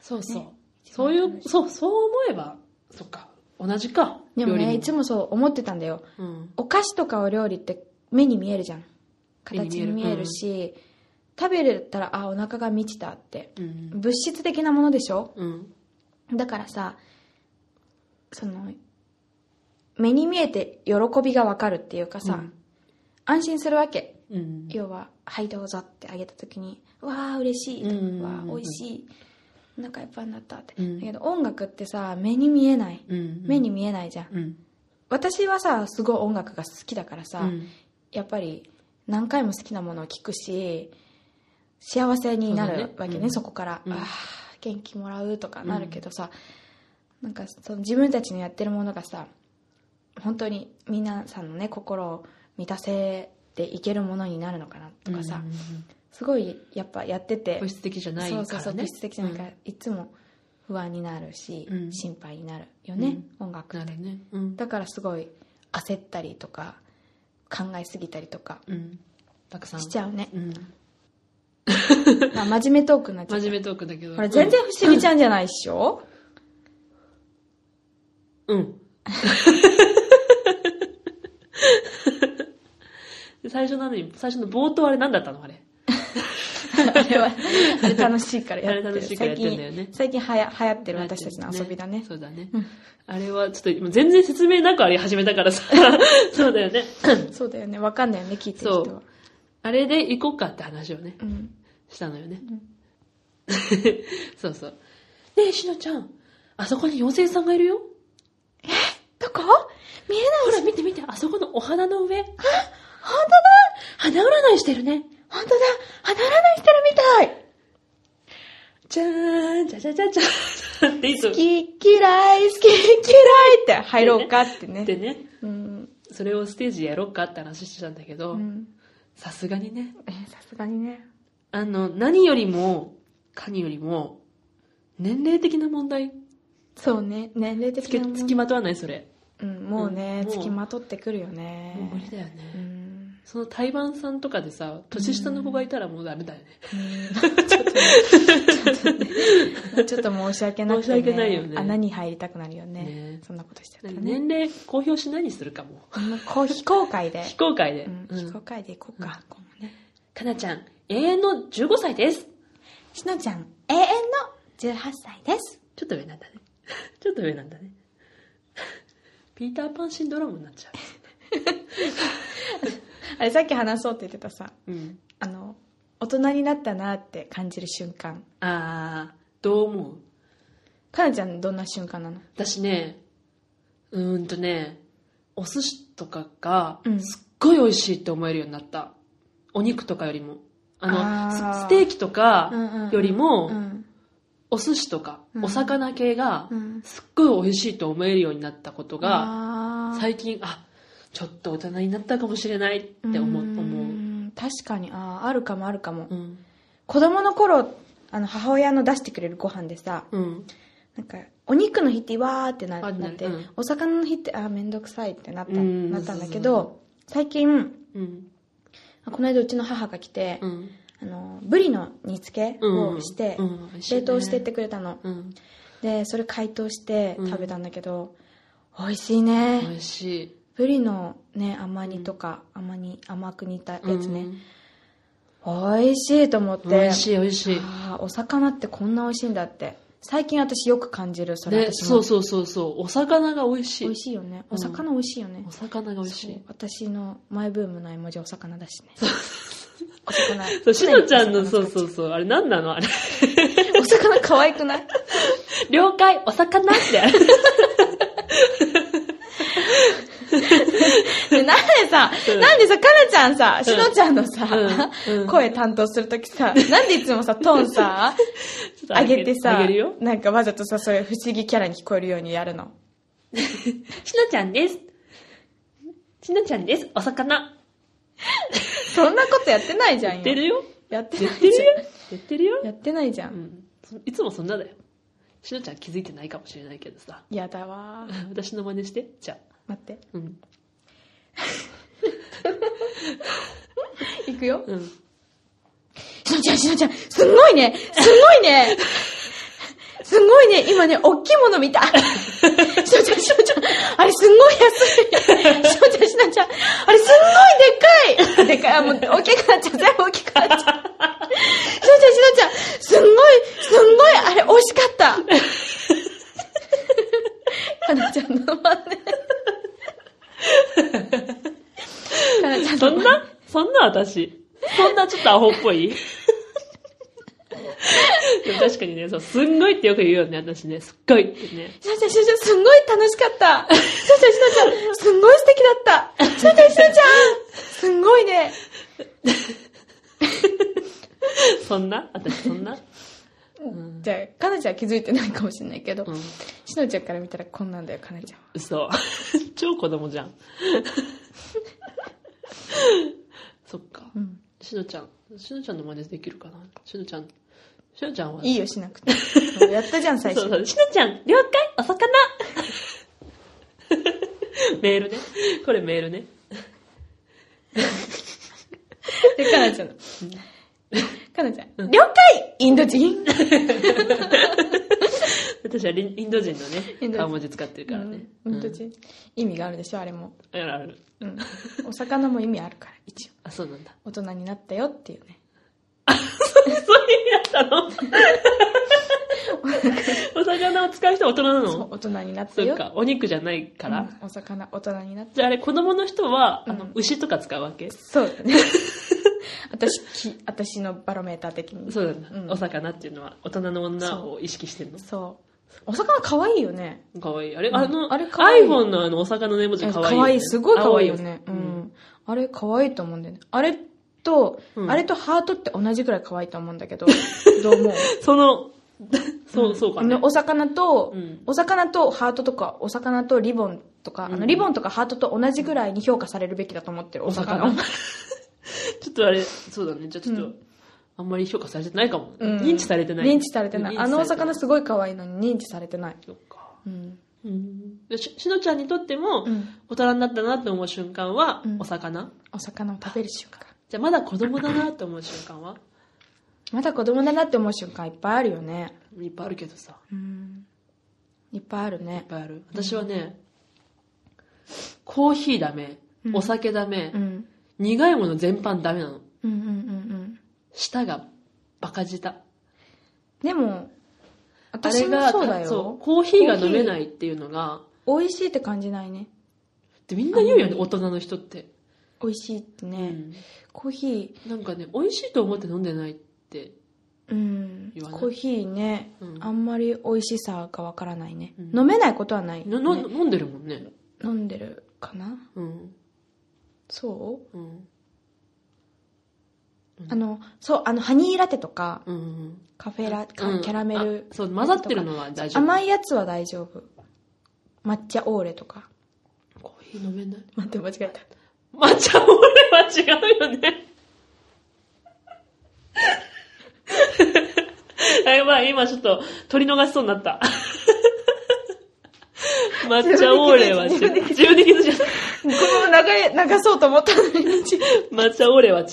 [SPEAKER 2] そうそう
[SPEAKER 1] ね。
[SPEAKER 2] そういう、そう、そう思えば、そっか。同じか。
[SPEAKER 1] でも
[SPEAKER 2] 料理
[SPEAKER 1] ねいつもそう思ってたんだよ
[SPEAKER 2] うん。
[SPEAKER 1] お菓子とかお料理って目に見えるじゃん
[SPEAKER 2] 目に見
[SPEAKER 1] 形
[SPEAKER 2] える
[SPEAKER 1] に見えるし食べれたらあお腹が満ちたって
[SPEAKER 2] うん。
[SPEAKER 1] 物質的なものでしょ
[SPEAKER 2] うん。
[SPEAKER 1] だからさその目に見えて喜びがわかるっていうかさ、
[SPEAKER 2] うん
[SPEAKER 1] 安心するわけ
[SPEAKER 2] うん。
[SPEAKER 1] 要は「はいどうぞ」ってあげた時に「わあ嬉しい」とか
[SPEAKER 2] うんうんうん
[SPEAKER 1] わあ美味しい」「お腹いっぱいになった」って、
[SPEAKER 2] うん
[SPEAKER 1] だけど音楽ってさ目に見えない
[SPEAKER 2] うん。
[SPEAKER 1] 目に見えないじゃん、
[SPEAKER 2] うん。
[SPEAKER 1] 私はさすごい音楽が好きだからさ、
[SPEAKER 2] うん。
[SPEAKER 1] やっぱり何回も好きなものを聴くし幸せにな
[SPEAKER 2] そうだ
[SPEAKER 1] る
[SPEAKER 2] ね
[SPEAKER 1] わけね、
[SPEAKER 2] うん
[SPEAKER 1] そこから、
[SPEAKER 2] うん
[SPEAKER 1] ああ元気もらうとかなるけどさ、なんかその自分たちのやってるものがさ本当に皆さんのね心を満たせていけるものになるのかなとかさ、
[SPEAKER 2] うん
[SPEAKER 1] すごいやっぱやってて
[SPEAKER 2] 物質的じゃないからね。
[SPEAKER 1] そうそうそう物質的じゃないから、
[SPEAKER 2] うん
[SPEAKER 1] いつも不安になるし、
[SPEAKER 2] うん
[SPEAKER 1] 心配になるよね、音楽
[SPEAKER 2] な
[SPEAKER 1] っ
[SPEAKER 2] る
[SPEAKER 1] て
[SPEAKER 2] ね。うん。
[SPEAKER 1] だからすごい焦ったりとか考えすぎたりとか
[SPEAKER 2] うん。たくさん。
[SPEAKER 1] しちゃうね、
[SPEAKER 2] うん。
[SPEAKER 1] まあ、真面目トークになっちゃ
[SPEAKER 2] 真
[SPEAKER 1] う
[SPEAKER 2] 面目トークだけど。
[SPEAKER 1] これ全然不思議ちゃんじゃないっしょ、
[SPEAKER 2] うん。 最初なのに、最初の冒頭あれ何だったのあれ。
[SPEAKER 1] あれはあれ楽しいからやってる
[SPEAKER 2] あれ楽しいからやってんだよね
[SPEAKER 1] 最近最近はや流行ってる私たちの遊びだね
[SPEAKER 2] そうだね。あれはちょっと、もう全然説明なくあれ始めたか らさ。そうだよね。
[SPEAKER 1] そうだよねわかんないよね聞いてる人は
[SPEAKER 2] そあれで行こうかって話をね、
[SPEAKER 1] うん
[SPEAKER 2] したのよね。
[SPEAKER 1] うん
[SPEAKER 2] そうそう。ねえ、しのちゃん、あそこに妖精さんがいるよ。
[SPEAKER 1] どこ見えない
[SPEAKER 2] ほら見て見て、あそこのお花の上。あ、本当だ花占いしてるね。
[SPEAKER 1] 本当だ離れないしてるみたい
[SPEAKER 2] じゃーん、じゃじゃじゃじゃーんっていつも
[SPEAKER 1] 好き嫌い好き嫌いって入ろうかって
[SPEAKER 2] 言
[SPEAKER 1] ね
[SPEAKER 2] ってね、
[SPEAKER 1] うん、
[SPEAKER 2] それをステージでやろうかって話してたんだけ
[SPEAKER 1] う
[SPEAKER 2] ど、
[SPEAKER 1] ん、
[SPEAKER 2] さすがにね、
[SPEAKER 1] えーさすがにね
[SPEAKER 2] あの、何よりも、かによりも、年齢的な問題、
[SPEAKER 1] そうね年齢
[SPEAKER 2] つ
[SPEAKER 1] 的
[SPEAKER 2] け、
[SPEAKER 1] なもん
[SPEAKER 2] つきまとわないそれ。
[SPEAKER 1] うん、もうね、
[SPEAKER 2] うんもう
[SPEAKER 1] つきまとってくるよ
[SPEAKER 2] もう無理
[SPEAKER 1] ね
[SPEAKER 2] だよ
[SPEAKER 1] う
[SPEAKER 2] ね。
[SPEAKER 1] ん
[SPEAKER 2] その台湾さんとかでさ、年下の子がいたらもうダメだよね。
[SPEAKER 1] うんちょっとね ちょっとねちょっと申し訳なくて、ね、
[SPEAKER 2] 申し訳ないよね
[SPEAKER 1] 穴に入りたくなるよね
[SPEAKER 2] ね
[SPEAKER 1] そんなことしちゃったらね
[SPEAKER 2] 年齢公表しないにするかも。
[SPEAKER 1] うんこう非公開で
[SPEAKER 2] 非、公開で。
[SPEAKER 1] うん、
[SPEAKER 2] う
[SPEAKER 1] 非
[SPEAKER 2] ん
[SPEAKER 1] 公開でいこうか、今後ね
[SPEAKER 2] かなちゃん、永遠の15歳です。
[SPEAKER 1] しのちゃん永遠の18歳です
[SPEAKER 2] ちょっと上なんだね。 ちょっと上なんだね。ピーターパンシンドロームになっちゃ
[SPEAKER 1] あれさっき話そうって言ってたさ
[SPEAKER 2] う。うん。
[SPEAKER 1] あの大人になったなって感じる瞬間
[SPEAKER 2] あー、どう思う
[SPEAKER 1] かなちゃんどんな瞬間なの
[SPEAKER 2] 私ね、うーんとね、お寿司とかが
[SPEAKER 1] うん
[SPEAKER 2] すっごい美味しいって思えるようになった。お肉とかよりも。あの、
[SPEAKER 1] あー
[SPEAKER 2] スステーキとか
[SPEAKER 1] うんうんうん
[SPEAKER 2] よりも、
[SPEAKER 1] うん
[SPEAKER 2] お寿司とか
[SPEAKER 1] う、ん
[SPEAKER 2] お魚系が
[SPEAKER 1] うん
[SPEAKER 2] すっごい美味しいと思えるようになったことが、
[SPEAKER 1] あー
[SPEAKER 2] 最近、あ、ちょっと大人になったかもしれないって思う。
[SPEAKER 1] ーん
[SPEAKER 2] 思う
[SPEAKER 1] 確かにあーあるかもあるかも、
[SPEAKER 2] うん。
[SPEAKER 1] 子供の頃あの母親の出してくれるご飯でさ
[SPEAKER 2] うん。
[SPEAKER 1] なんかお肉の日ってわーってな
[SPEAKER 2] あ
[SPEAKER 1] なって、
[SPEAKER 2] うん
[SPEAKER 1] お魚の日ってあーめんどくさいってなった
[SPEAKER 2] うん
[SPEAKER 1] なったんだけ
[SPEAKER 2] そうそう
[SPEAKER 1] ど最近
[SPEAKER 2] うん。
[SPEAKER 1] この間うちの母が来て、
[SPEAKER 2] うん。
[SPEAKER 1] あのブリの煮付けをして、
[SPEAKER 2] うんうん
[SPEAKER 1] 冷凍してってくれたの、
[SPEAKER 2] うん。
[SPEAKER 1] でそれ解凍して
[SPEAKER 2] うん
[SPEAKER 1] 食べたんだけど、美味しいね、
[SPEAKER 2] 美味しい。
[SPEAKER 1] ブリのね甘煮とか、甘煮甘く煮たやつね、美味しいと思って
[SPEAKER 2] うん。美味しい、美味しい。
[SPEAKER 1] ああお魚ってこんな美味しいんだって最近私よく感じるそれ、
[SPEAKER 2] ね、
[SPEAKER 1] 私も
[SPEAKER 2] そうそうそうそう。お魚が美味しい。
[SPEAKER 1] 美味しいよね
[SPEAKER 2] うん
[SPEAKER 1] お魚美味しいよね
[SPEAKER 2] お、魚が美味し
[SPEAKER 1] そう
[SPEAKER 2] い。
[SPEAKER 1] 私のマイブームの絵文字お魚だしねお魚
[SPEAKER 2] そう、しのちゃんの、そう
[SPEAKER 1] う
[SPEAKER 2] そうそう。あれ何なのあれ。
[SPEAKER 1] お魚可愛くない
[SPEAKER 2] 了解、お魚って。
[SPEAKER 1] でなんでさ、なんでさ、かなちゃんさ、しのちゃんのさ、
[SPEAKER 2] うんうん
[SPEAKER 1] 声担当するときさ、なんでいつもさ、トーン さ、上げてさ
[SPEAKER 2] あげるよ、。
[SPEAKER 1] なんかわざとさ、それ不思議キャラに聞こえるようにやるの。
[SPEAKER 2] しのちゃんです。しのちゃんです。お魚。
[SPEAKER 1] そんなことやってないじゃんよ。
[SPEAKER 2] 言ってるよ。
[SPEAKER 1] やって
[SPEAKER 2] 言
[SPEAKER 1] な
[SPEAKER 2] っ
[SPEAKER 1] い
[SPEAKER 2] て
[SPEAKER 1] じ
[SPEAKER 2] るよ。言ってる
[SPEAKER 1] ゃん。や
[SPEAKER 2] よ。
[SPEAKER 1] ってないじゃん
[SPEAKER 2] う。ん。そいつもそんなだよ。しのちゃん気づいてないかもしれないけどさ。
[SPEAKER 1] やだわー。
[SPEAKER 2] 私の真似して。じゃあ。
[SPEAKER 1] 待って。
[SPEAKER 2] うん。
[SPEAKER 1] いくよ。
[SPEAKER 2] うん。
[SPEAKER 1] しのちゃん、しのちゃん、すんごいねすんごいねすんごいね今ね、おっきいもの見たしのちゃん、しのちゃん、あれすんごい安いしのちゃん、しのちゃん、あれすんごいでっかいでっかい、あもう大きくなっちゃう、全部大きくなっちゃうしのちゃん、しのちゃん、すんごい、すんごい、あれ惜しかったかなちゃんの真似かなちゃん
[SPEAKER 2] そ
[SPEAKER 1] の
[SPEAKER 2] んなそんな私。そんなちょっとアホっぽいでも確かにね、そう、すんごいってよく言うよね、私ね。すっごいってね。
[SPEAKER 1] しのちゃん、しのちゃん、すんごい楽しかった。しのちゃん、しのちゃん、すんごい素敵だった。しのちゃん、しのちゃん、すんごいね。
[SPEAKER 2] そんな私そんなうん、
[SPEAKER 1] じゃあ、かなちゃんは気づいてないかもしれないけど、
[SPEAKER 2] うん、
[SPEAKER 1] しのちゃんから見たらこんなんだよ、かなちゃんは。
[SPEAKER 2] 嘘超子供じゃんそっか
[SPEAKER 1] うん。
[SPEAKER 2] しのちゃんしのちゃんの真似できるかなしのちゃんしのちゃんはい
[SPEAKER 1] いよ、しなく て。やったじゃん、最
[SPEAKER 2] そう
[SPEAKER 1] 初。
[SPEAKER 2] そう。しのちゃん、了解お魚メールね。これメールね。
[SPEAKER 1] で、かなちゃんの。かなちゃん、
[SPEAKER 2] うん
[SPEAKER 1] 了解インド人
[SPEAKER 2] 私はリンインド人のね
[SPEAKER 1] インド人、
[SPEAKER 2] 顔文字使ってるからね。
[SPEAKER 1] うんイン
[SPEAKER 2] う
[SPEAKER 1] ド
[SPEAKER 2] ん
[SPEAKER 1] 人。意味があるでしょ、あれも。
[SPEAKER 2] あるある。
[SPEAKER 1] うん。お魚も意味あるから、一応。
[SPEAKER 2] あ、そうなんだ。
[SPEAKER 1] 大人になったよっていうね。
[SPEAKER 2] そうい う意味だったのお魚を使う人は大人なの
[SPEAKER 1] そう、大人になった
[SPEAKER 2] そ
[SPEAKER 1] よ
[SPEAKER 2] っ。か、お肉じゃないから。
[SPEAKER 1] うんお魚、大人になった。
[SPEAKER 2] じゃああれ、子供の人は、あ
[SPEAKER 1] う
[SPEAKER 2] の
[SPEAKER 1] ん、
[SPEAKER 2] 牛とか使うわけ
[SPEAKER 1] そう だね。私、き、私のバロメーター的に。
[SPEAKER 2] そうなんだ、
[SPEAKER 1] うん
[SPEAKER 2] お魚っていうのは、大人の女を意識してる
[SPEAKER 1] そう。お魚可愛いよね。
[SPEAKER 2] のかわいい。あれ、
[SPEAKER 1] うん
[SPEAKER 2] あの、
[SPEAKER 1] あれ可愛い
[SPEAKER 2] iPhone のあの、お魚の絵文字かわいい、
[SPEAKER 1] 可愛い、すごい可愛いよね。う
[SPEAKER 2] 青うん
[SPEAKER 1] ん。あれ可愛いと思うんだよね。あれと、
[SPEAKER 2] うん
[SPEAKER 1] あれとハートって同じくらい可愛いと思うんだ けど、どう思う
[SPEAKER 2] その、 そう、そうかね
[SPEAKER 1] ね。お魚と、
[SPEAKER 2] うん
[SPEAKER 1] お魚とハートとか、お魚とリボンとか、あ
[SPEAKER 2] う
[SPEAKER 1] の、
[SPEAKER 2] ん
[SPEAKER 1] リボンとかハートと同じぐらいに評価されるべきだと思ってる、お魚を。
[SPEAKER 2] ちょっとあれ、そうだね。じゃあちょっと、
[SPEAKER 1] うん
[SPEAKER 2] あんまり評価されてないかも。
[SPEAKER 1] うん
[SPEAKER 2] 認知されてない。
[SPEAKER 1] 認知されてな
[SPEAKER 2] 認
[SPEAKER 1] い。
[SPEAKER 2] 知さ
[SPEAKER 1] あのお魚すごい可愛いのに認知されてない。
[SPEAKER 2] そっか。
[SPEAKER 1] うん。
[SPEAKER 2] うん。でし、しのちゃんにとっても、
[SPEAKER 1] うん
[SPEAKER 2] 大人になったなって思う瞬間は、
[SPEAKER 1] うん
[SPEAKER 2] お魚。
[SPEAKER 1] お魚を食べる瞬間。
[SPEAKER 2] じゃあまだ子供だなって思う瞬間は、
[SPEAKER 1] まだ子供だなって思う瞬間いっぱいあるよね。
[SPEAKER 2] いっぱいあるけどさ。
[SPEAKER 1] うん。いっぱいある
[SPEAKER 2] い
[SPEAKER 1] ね
[SPEAKER 2] っ。ぱいある。私はね、コーヒーダメ
[SPEAKER 1] う、ん
[SPEAKER 2] お酒ダメ、
[SPEAKER 1] うん。
[SPEAKER 2] 苦いもの全般ダメなの。
[SPEAKER 1] うんうんうんうん。
[SPEAKER 2] 舌がバカ舌。
[SPEAKER 1] でも、
[SPEAKER 2] あ
[SPEAKER 1] 私
[SPEAKER 2] れ
[SPEAKER 1] も
[SPEAKER 2] が、
[SPEAKER 1] そうだ
[SPEAKER 2] そう
[SPEAKER 1] よ。
[SPEAKER 2] コーヒーが飲めないっていうのが、
[SPEAKER 1] 美味しいって感じないね。
[SPEAKER 2] でみんな言うよね、
[SPEAKER 1] あ
[SPEAKER 2] 大人の人って。
[SPEAKER 1] 美味しいってね。
[SPEAKER 2] うん
[SPEAKER 1] コーヒ
[SPEAKER 2] なんかね、美味しいと思って飲んでないって。
[SPEAKER 1] ー、うん
[SPEAKER 2] 言わ。ない
[SPEAKER 1] コーヒーね、
[SPEAKER 2] うん
[SPEAKER 1] あんまり美味しさがわからないね、
[SPEAKER 2] うん
[SPEAKER 1] 飲めないことはない、
[SPEAKER 2] のの
[SPEAKER 1] ね
[SPEAKER 2] 飲んでるもんね。
[SPEAKER 1] 飲んでるかな
[SPEAKER 2] うん。
[SPEAKER 1] そう
[SPEAKER 2] うん。うん
[SPEAKER 1] あの、そう、あの、ハニーラテとか、
[SPEAKER 2] うんうん。
[SPEAKER 1] カフェラ、カ
[SPEAKER 2] うん
[SPEAKER 1] キャラメル、
[SPEAKER 2] あそう、混ざってるのは大丈夫。
[SPEAKER 1] 甘
[SPEAKER 2] い。
[SPEAKER 1] いやつは大丈夫。抹茶オーレとか。
[SPEAKER 2] コーヒー飲めない。
[SPEAKER 1] 待って、間違え た。
[SPEAKER 2] 抹茶オーレは違うよね。 あやばい、今ちょっと取り逃しそうになった。 抹茶オーレは違
[SPEAKER 1] 自分
[SPEAKER 2] う。自分で気づいちゃっ
[SPEAKER 1] このまま流れ、流そうと思ったのに。
[SPEAKER 2] た。抹茶オーレは違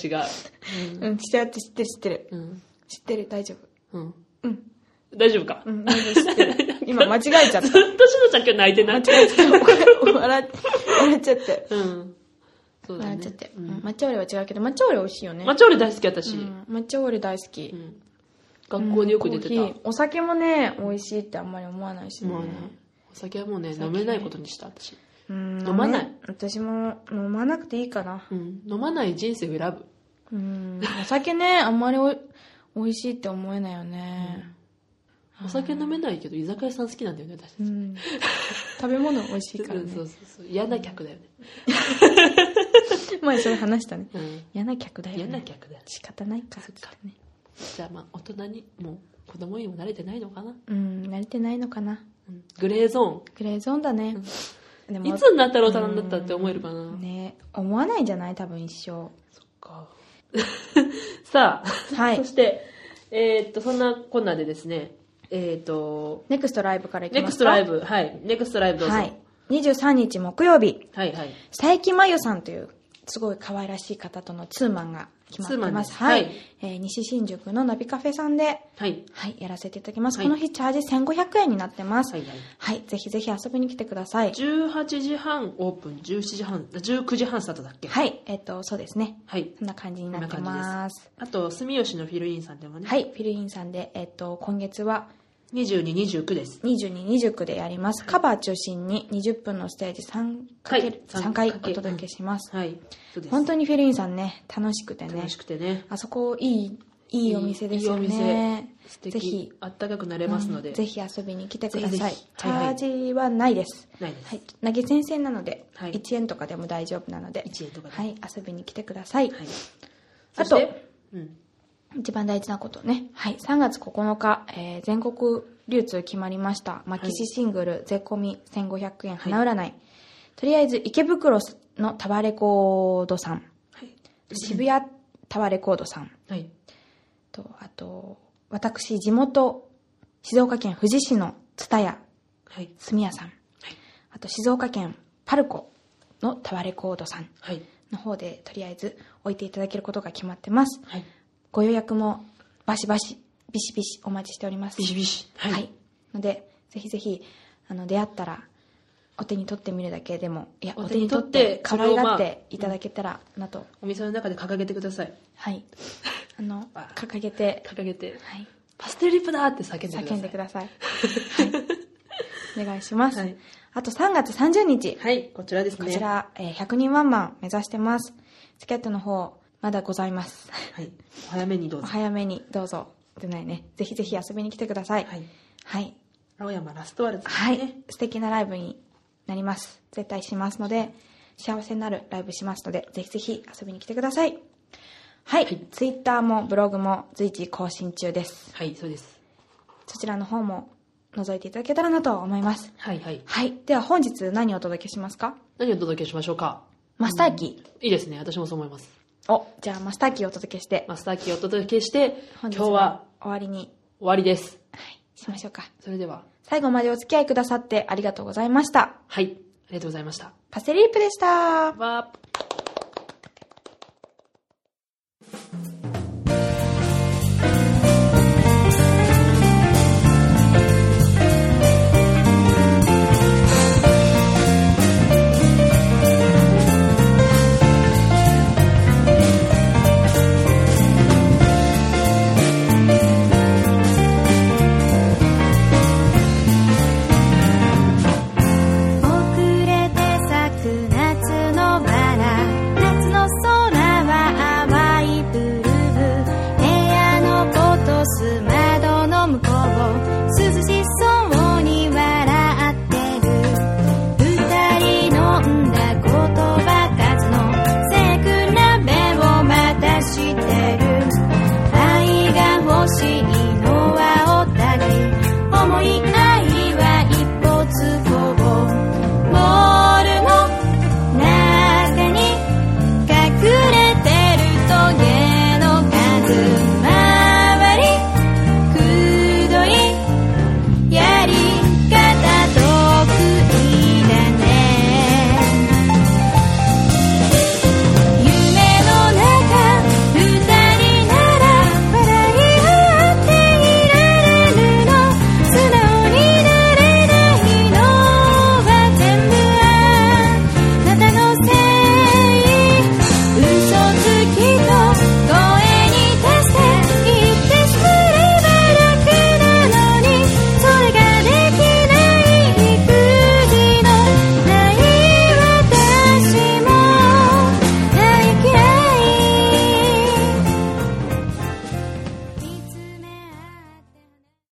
[SPEAKER 1] うん、知ってる、知ってる、知ってる。
[SPEAKER 2] う。うん。
[SPEAKER 1] 知ってる、大丈夫。
[SPEAKER 2] うん。
[SPEAKER 1] うん。
[SPEAKER 2] 大丈夫 か。
[SPEAKER 1] うん、大丈夫、知って る。今、間違えちゃっ。
[SPEAKER 2] ずったとしのちゃん今日泣いてない。
[SPEAKER 1] 間違えちゃった。笑っ笑っちゃって。
[SPEAKER 2] うん。そうだ
[SPEAKER 1] 笑
[SPEAKER 2] ね。
[SPEAKER 1] っちゃって。
[SPEAKER 2] う
[SPEAKER 1] うん
[SPEAKER 2] ん
[SPEAKER 1] 抹茶オーレは違うけど、抹茶オーレ美味しいよね。
[SPEAKER 2] 抹茶俺大好き、私。
[SPEAKER 1] うん抹茶オーレ大好
[SPEAKER 2] う
[SPEAKER 1] き。
[SPEAKER 2] ん学校でよく出てた。
[SPEAKER 1] うんコーヒーお酒もね、美味しいってあんまり思わないしね
[SPEAKER 2] まあねお酒はもうね、飲めないことにした、私。
[SPEAKER 1] うん
[SPEAKER 2] 飲まない
[SPEAKER 1] 私も飲まなくていいかな。
[SPEAKER 2] うん。飲まない人生を選ぶ。
[SPEAKER 1] うん。お酒ね、あんまりおい美味しいって思えないよね。
[SPEAKER 2] お酒飲めないけど、居酒屋さん好きなんだよね、私た
[SPEAKER 1] う
[SPEAKER 2] ち。
[SPEAKER 1] ん。食べ物美味しいから
[SPEAKER 2] うんそ
[SPEAKER 1] ね
[SPEAKER 2] う。そうそう。嫌な客だよね。
[SPEAKER 1] 前それ話したね。
[SPEAKER 2] うん。
[SPEAKER 1] 嫌な客だよね。
[SPEAKER 2] 嫌な客だよね。
[SPEAKER 1] 仕方ないか。ね。
[SPEAKER 2] じゃあまあ、大人に、もう、子供にも慣れてないのかな。
[SPEAKER 1] うん、慣れてないのかな。
[SPEAKER 2] うんグレーゾ
[SPEAKER 1] グレーゾーンだね。で
[SPEAKER 2] ーン。いつになったら大人になったって思えるかな。
[SPEAKER 1] ね、思わないんじゃない多分一生。
[SPEAKER 2] そっか。 さあ。
[SPEAKER 1] はい
[SPEAKER 2] そ。して、えーっと、そんなこんなでですね、えーっと、
[SPEAKER 1] ネクストライブからいき
[SPEAKER 2] ネ
[SPEAKER 1] ま
[SPEAKER 2] クス
[SPEAKER 1] す
[SPEAKER 2] ト
[SPEAKER 1] か
[SPEAKER 2] ライブ、はい、ネクストライブどうぞ。
[SPEAKER 1] は
[SPEAKER 2] はいい、。
[SPEAKER 1] 23日木曜日、
[SPEAKER 2] はい、はい。
[SPEAKER 1] 佐伯真由さんという、すごい可愛らしい方とのツーマンが決まって
[SPEAKER 2] ツーマン
[SPEAKER 1] ま。
[SPEAKER 2] ですす
[SPEAKER 1] はい、
[SPEAKER 2] はい
[SPEAKER 1] えー西新宿のナビカフェさんで、
[SPEAKER 2] はい、
[SPEAKER 1] はい、やらせていただきます。
[SPEAKER 2] はい
[SPEAKER 1] この日、チャージ1500円になってます。
[SPEAKER 2] は
[SPEAKER 1] はいい、、ぜひぜひ遊びに来てください。
[SPEAKER 2] 18時半オープン、17時半、19時半スタートだっけい。
[SPEAKER 1] はい、えっ、と、そうですね。
[SPEAKER 2] はい。
[SPEAKER 1] そんな感じになってます。
[SPEAKER 2] あと、住吉のフィルインさんでもね、、
[SPEAKER 1] はいい、フィルインさんで、えっ、と、今月は、
[SPEAKER 2] 22、29です。
[SPEAKER 1] 22、29でやります。カバー中心に20分のステージ3かける、
[SPEAKER 2] はい
[SPEAKER 1] 3回お
[SPEAKER 2] かけ
[SPEAKER 1] 届けします。
[SPEAKER 2] はい、そうです。
[SPEAKER 1] 本当にフィルインさんね、楽しくてね
[SPEAKER 2] 楽し。くてね、
[SPEAKER 1] あそこいい、いいお店ですよね。
[SPEAKER 2] いいお店素敵、
[SPEAKER 1] ぜひ、
[SPEAKER 2] あったかくなれますので、
[SPEAKER 1] ぜひ遊びに来てくだ
[SPEAKER 2] ぜ
[SPEAKER 1] さい。
[SPEAKER 2] ひぜひはいはい
[SPEAKER 1] チャージはないです。
[SPEAKER 2] ないです。
[SPEAKER 1] はい。投げ先生なので、
[SPEAKER 2] はい
[SPEAKER 1] 1円とかでも大丈夫なので、
[SPEAKER 2] 1円とかで。
[SPEAKER 1] はい。遊びに来てください。
[SPEAKER 2] はい。
[SPEAKER 1] あ
[SPEAKER 2] そ
[SPEAKER 1] と
[SPEAKER 2] して、うん。
[SPEAKER 1] 一番大事なことね。はい。3月9日、えー全国流通決まりました。マキシシングル、税込み1500円、花占い。とりあえず、池袋のタワーレコードさん。
[SPEAKER 2] はい。
[SPEAKER 1] 渋谷タワーレコードさん。
[SPEAKER 2] はい。
[SPEAKER 1] と、あと、私、地元、静岡県富士市の蔦屋、
[SPEAKER 2] はい。
[SPEAKER 1] 住屋さん。あと、静岡県パルコのタワーレコードさん
[SPEAKER 2] はい。
[SPEAKER 1] の方で、とりあえず置いていただけることが決まってます。
[SPEAKER 2] はい。
[SPEAKER 1] ご予約もバシバシ、ビシビシお待ちしております。
[SPEAKER 2] ビシビシ。
[SPEAKER 1] はい。。ので、ぜひぜひ、あの、出会ったら、お手に取ってみるだけでも、いや、
[SPEAKER 2] お
[SPEAKER 1] お
[SPEAKER 2] 手
[SPEAKER 1] 手
[SPEAKER 2] に
[SPEAKER 1] に
[SPEAKER 2] 取
[SPEAKER 1] 取
[SPEAKER 2] っ
[SPEAKER 1] ってて可愛がっていただけたらなと、
[SPEAKER 2] お店の中で掲げてください。
[SPEAKER 1] はい。あの
[SPEAKER 2] わあ、
[SPEAKER 1] 掲げて、
[SPEAKER 2] 掲げて。
[SPEAKER 1] はい、
[SPEAKER 2] パステルリップだーって叫んでください。
[SPEAKER 1] 叫んでくだ さい。はい。お願いします。
[SPEAKER 2] はい
[SPEAKER 1] あと3月30日、
[SPEAKER 2] はい。こちらですね。
[SPEAKER 1] こち。ら、えー100人ワンマン目指してます。チケットの方、まだございます。
[SPEAKER 2] はい。お早めに どう
[SPEAKER 1] お
[SPEAKER 2] ぞ。
[SPEAKER 1] 早めにどうぞ。出ないね。ぜひぜひ遊びに来てください。
[SPEAKER 2] はい。
[SPEAKER 1] はい。
[SPEAKER 2] 青山ラストワルツですね。
[SPEAKER 1] はい。素敵なライブになります。絶対しますので、幸せになるライブしますので、ぜひぜひ遊びに来てください。はい。
[SPEAKER 2] はい
[SPEAKER 1] ツイッターもブログも随時更新中です。
[SPEAKER 2] はい、そうです。
[SPEAKER 1] そちらの方も覗いていただけたらなと思います。
[SPEAKER 2] はい、はい。
[SPEAKER 1] はい。では本日何をお届けしますか
[SPEAKER 2] 何をお届けしましょうか
[SPEAKER 1] マスターキ
[SPEAKER 2] いいですね。私もそう思います。
[SPEAKER 1] ー。お、じゃあマスターキーをお届けして、
[SPEAKER 2] マスターキーをお届けして、今
[SPEAKER 1] 本日
[SPEAKER 2] 日は
[SPEAKER 1] 終わりに、
[SPEAKER 2] 終わりです。
[SPEAKER 1] はい、しましょうか。
[SPEAKER 2] それでは、
[SPEAKER 1] 最後までお付き合いくださってありがとうございました。
[SPEAKER 2] はい。ありがとうございました。
[SPEAKER 1] パセリープでした。
[SPEAKER 2] バー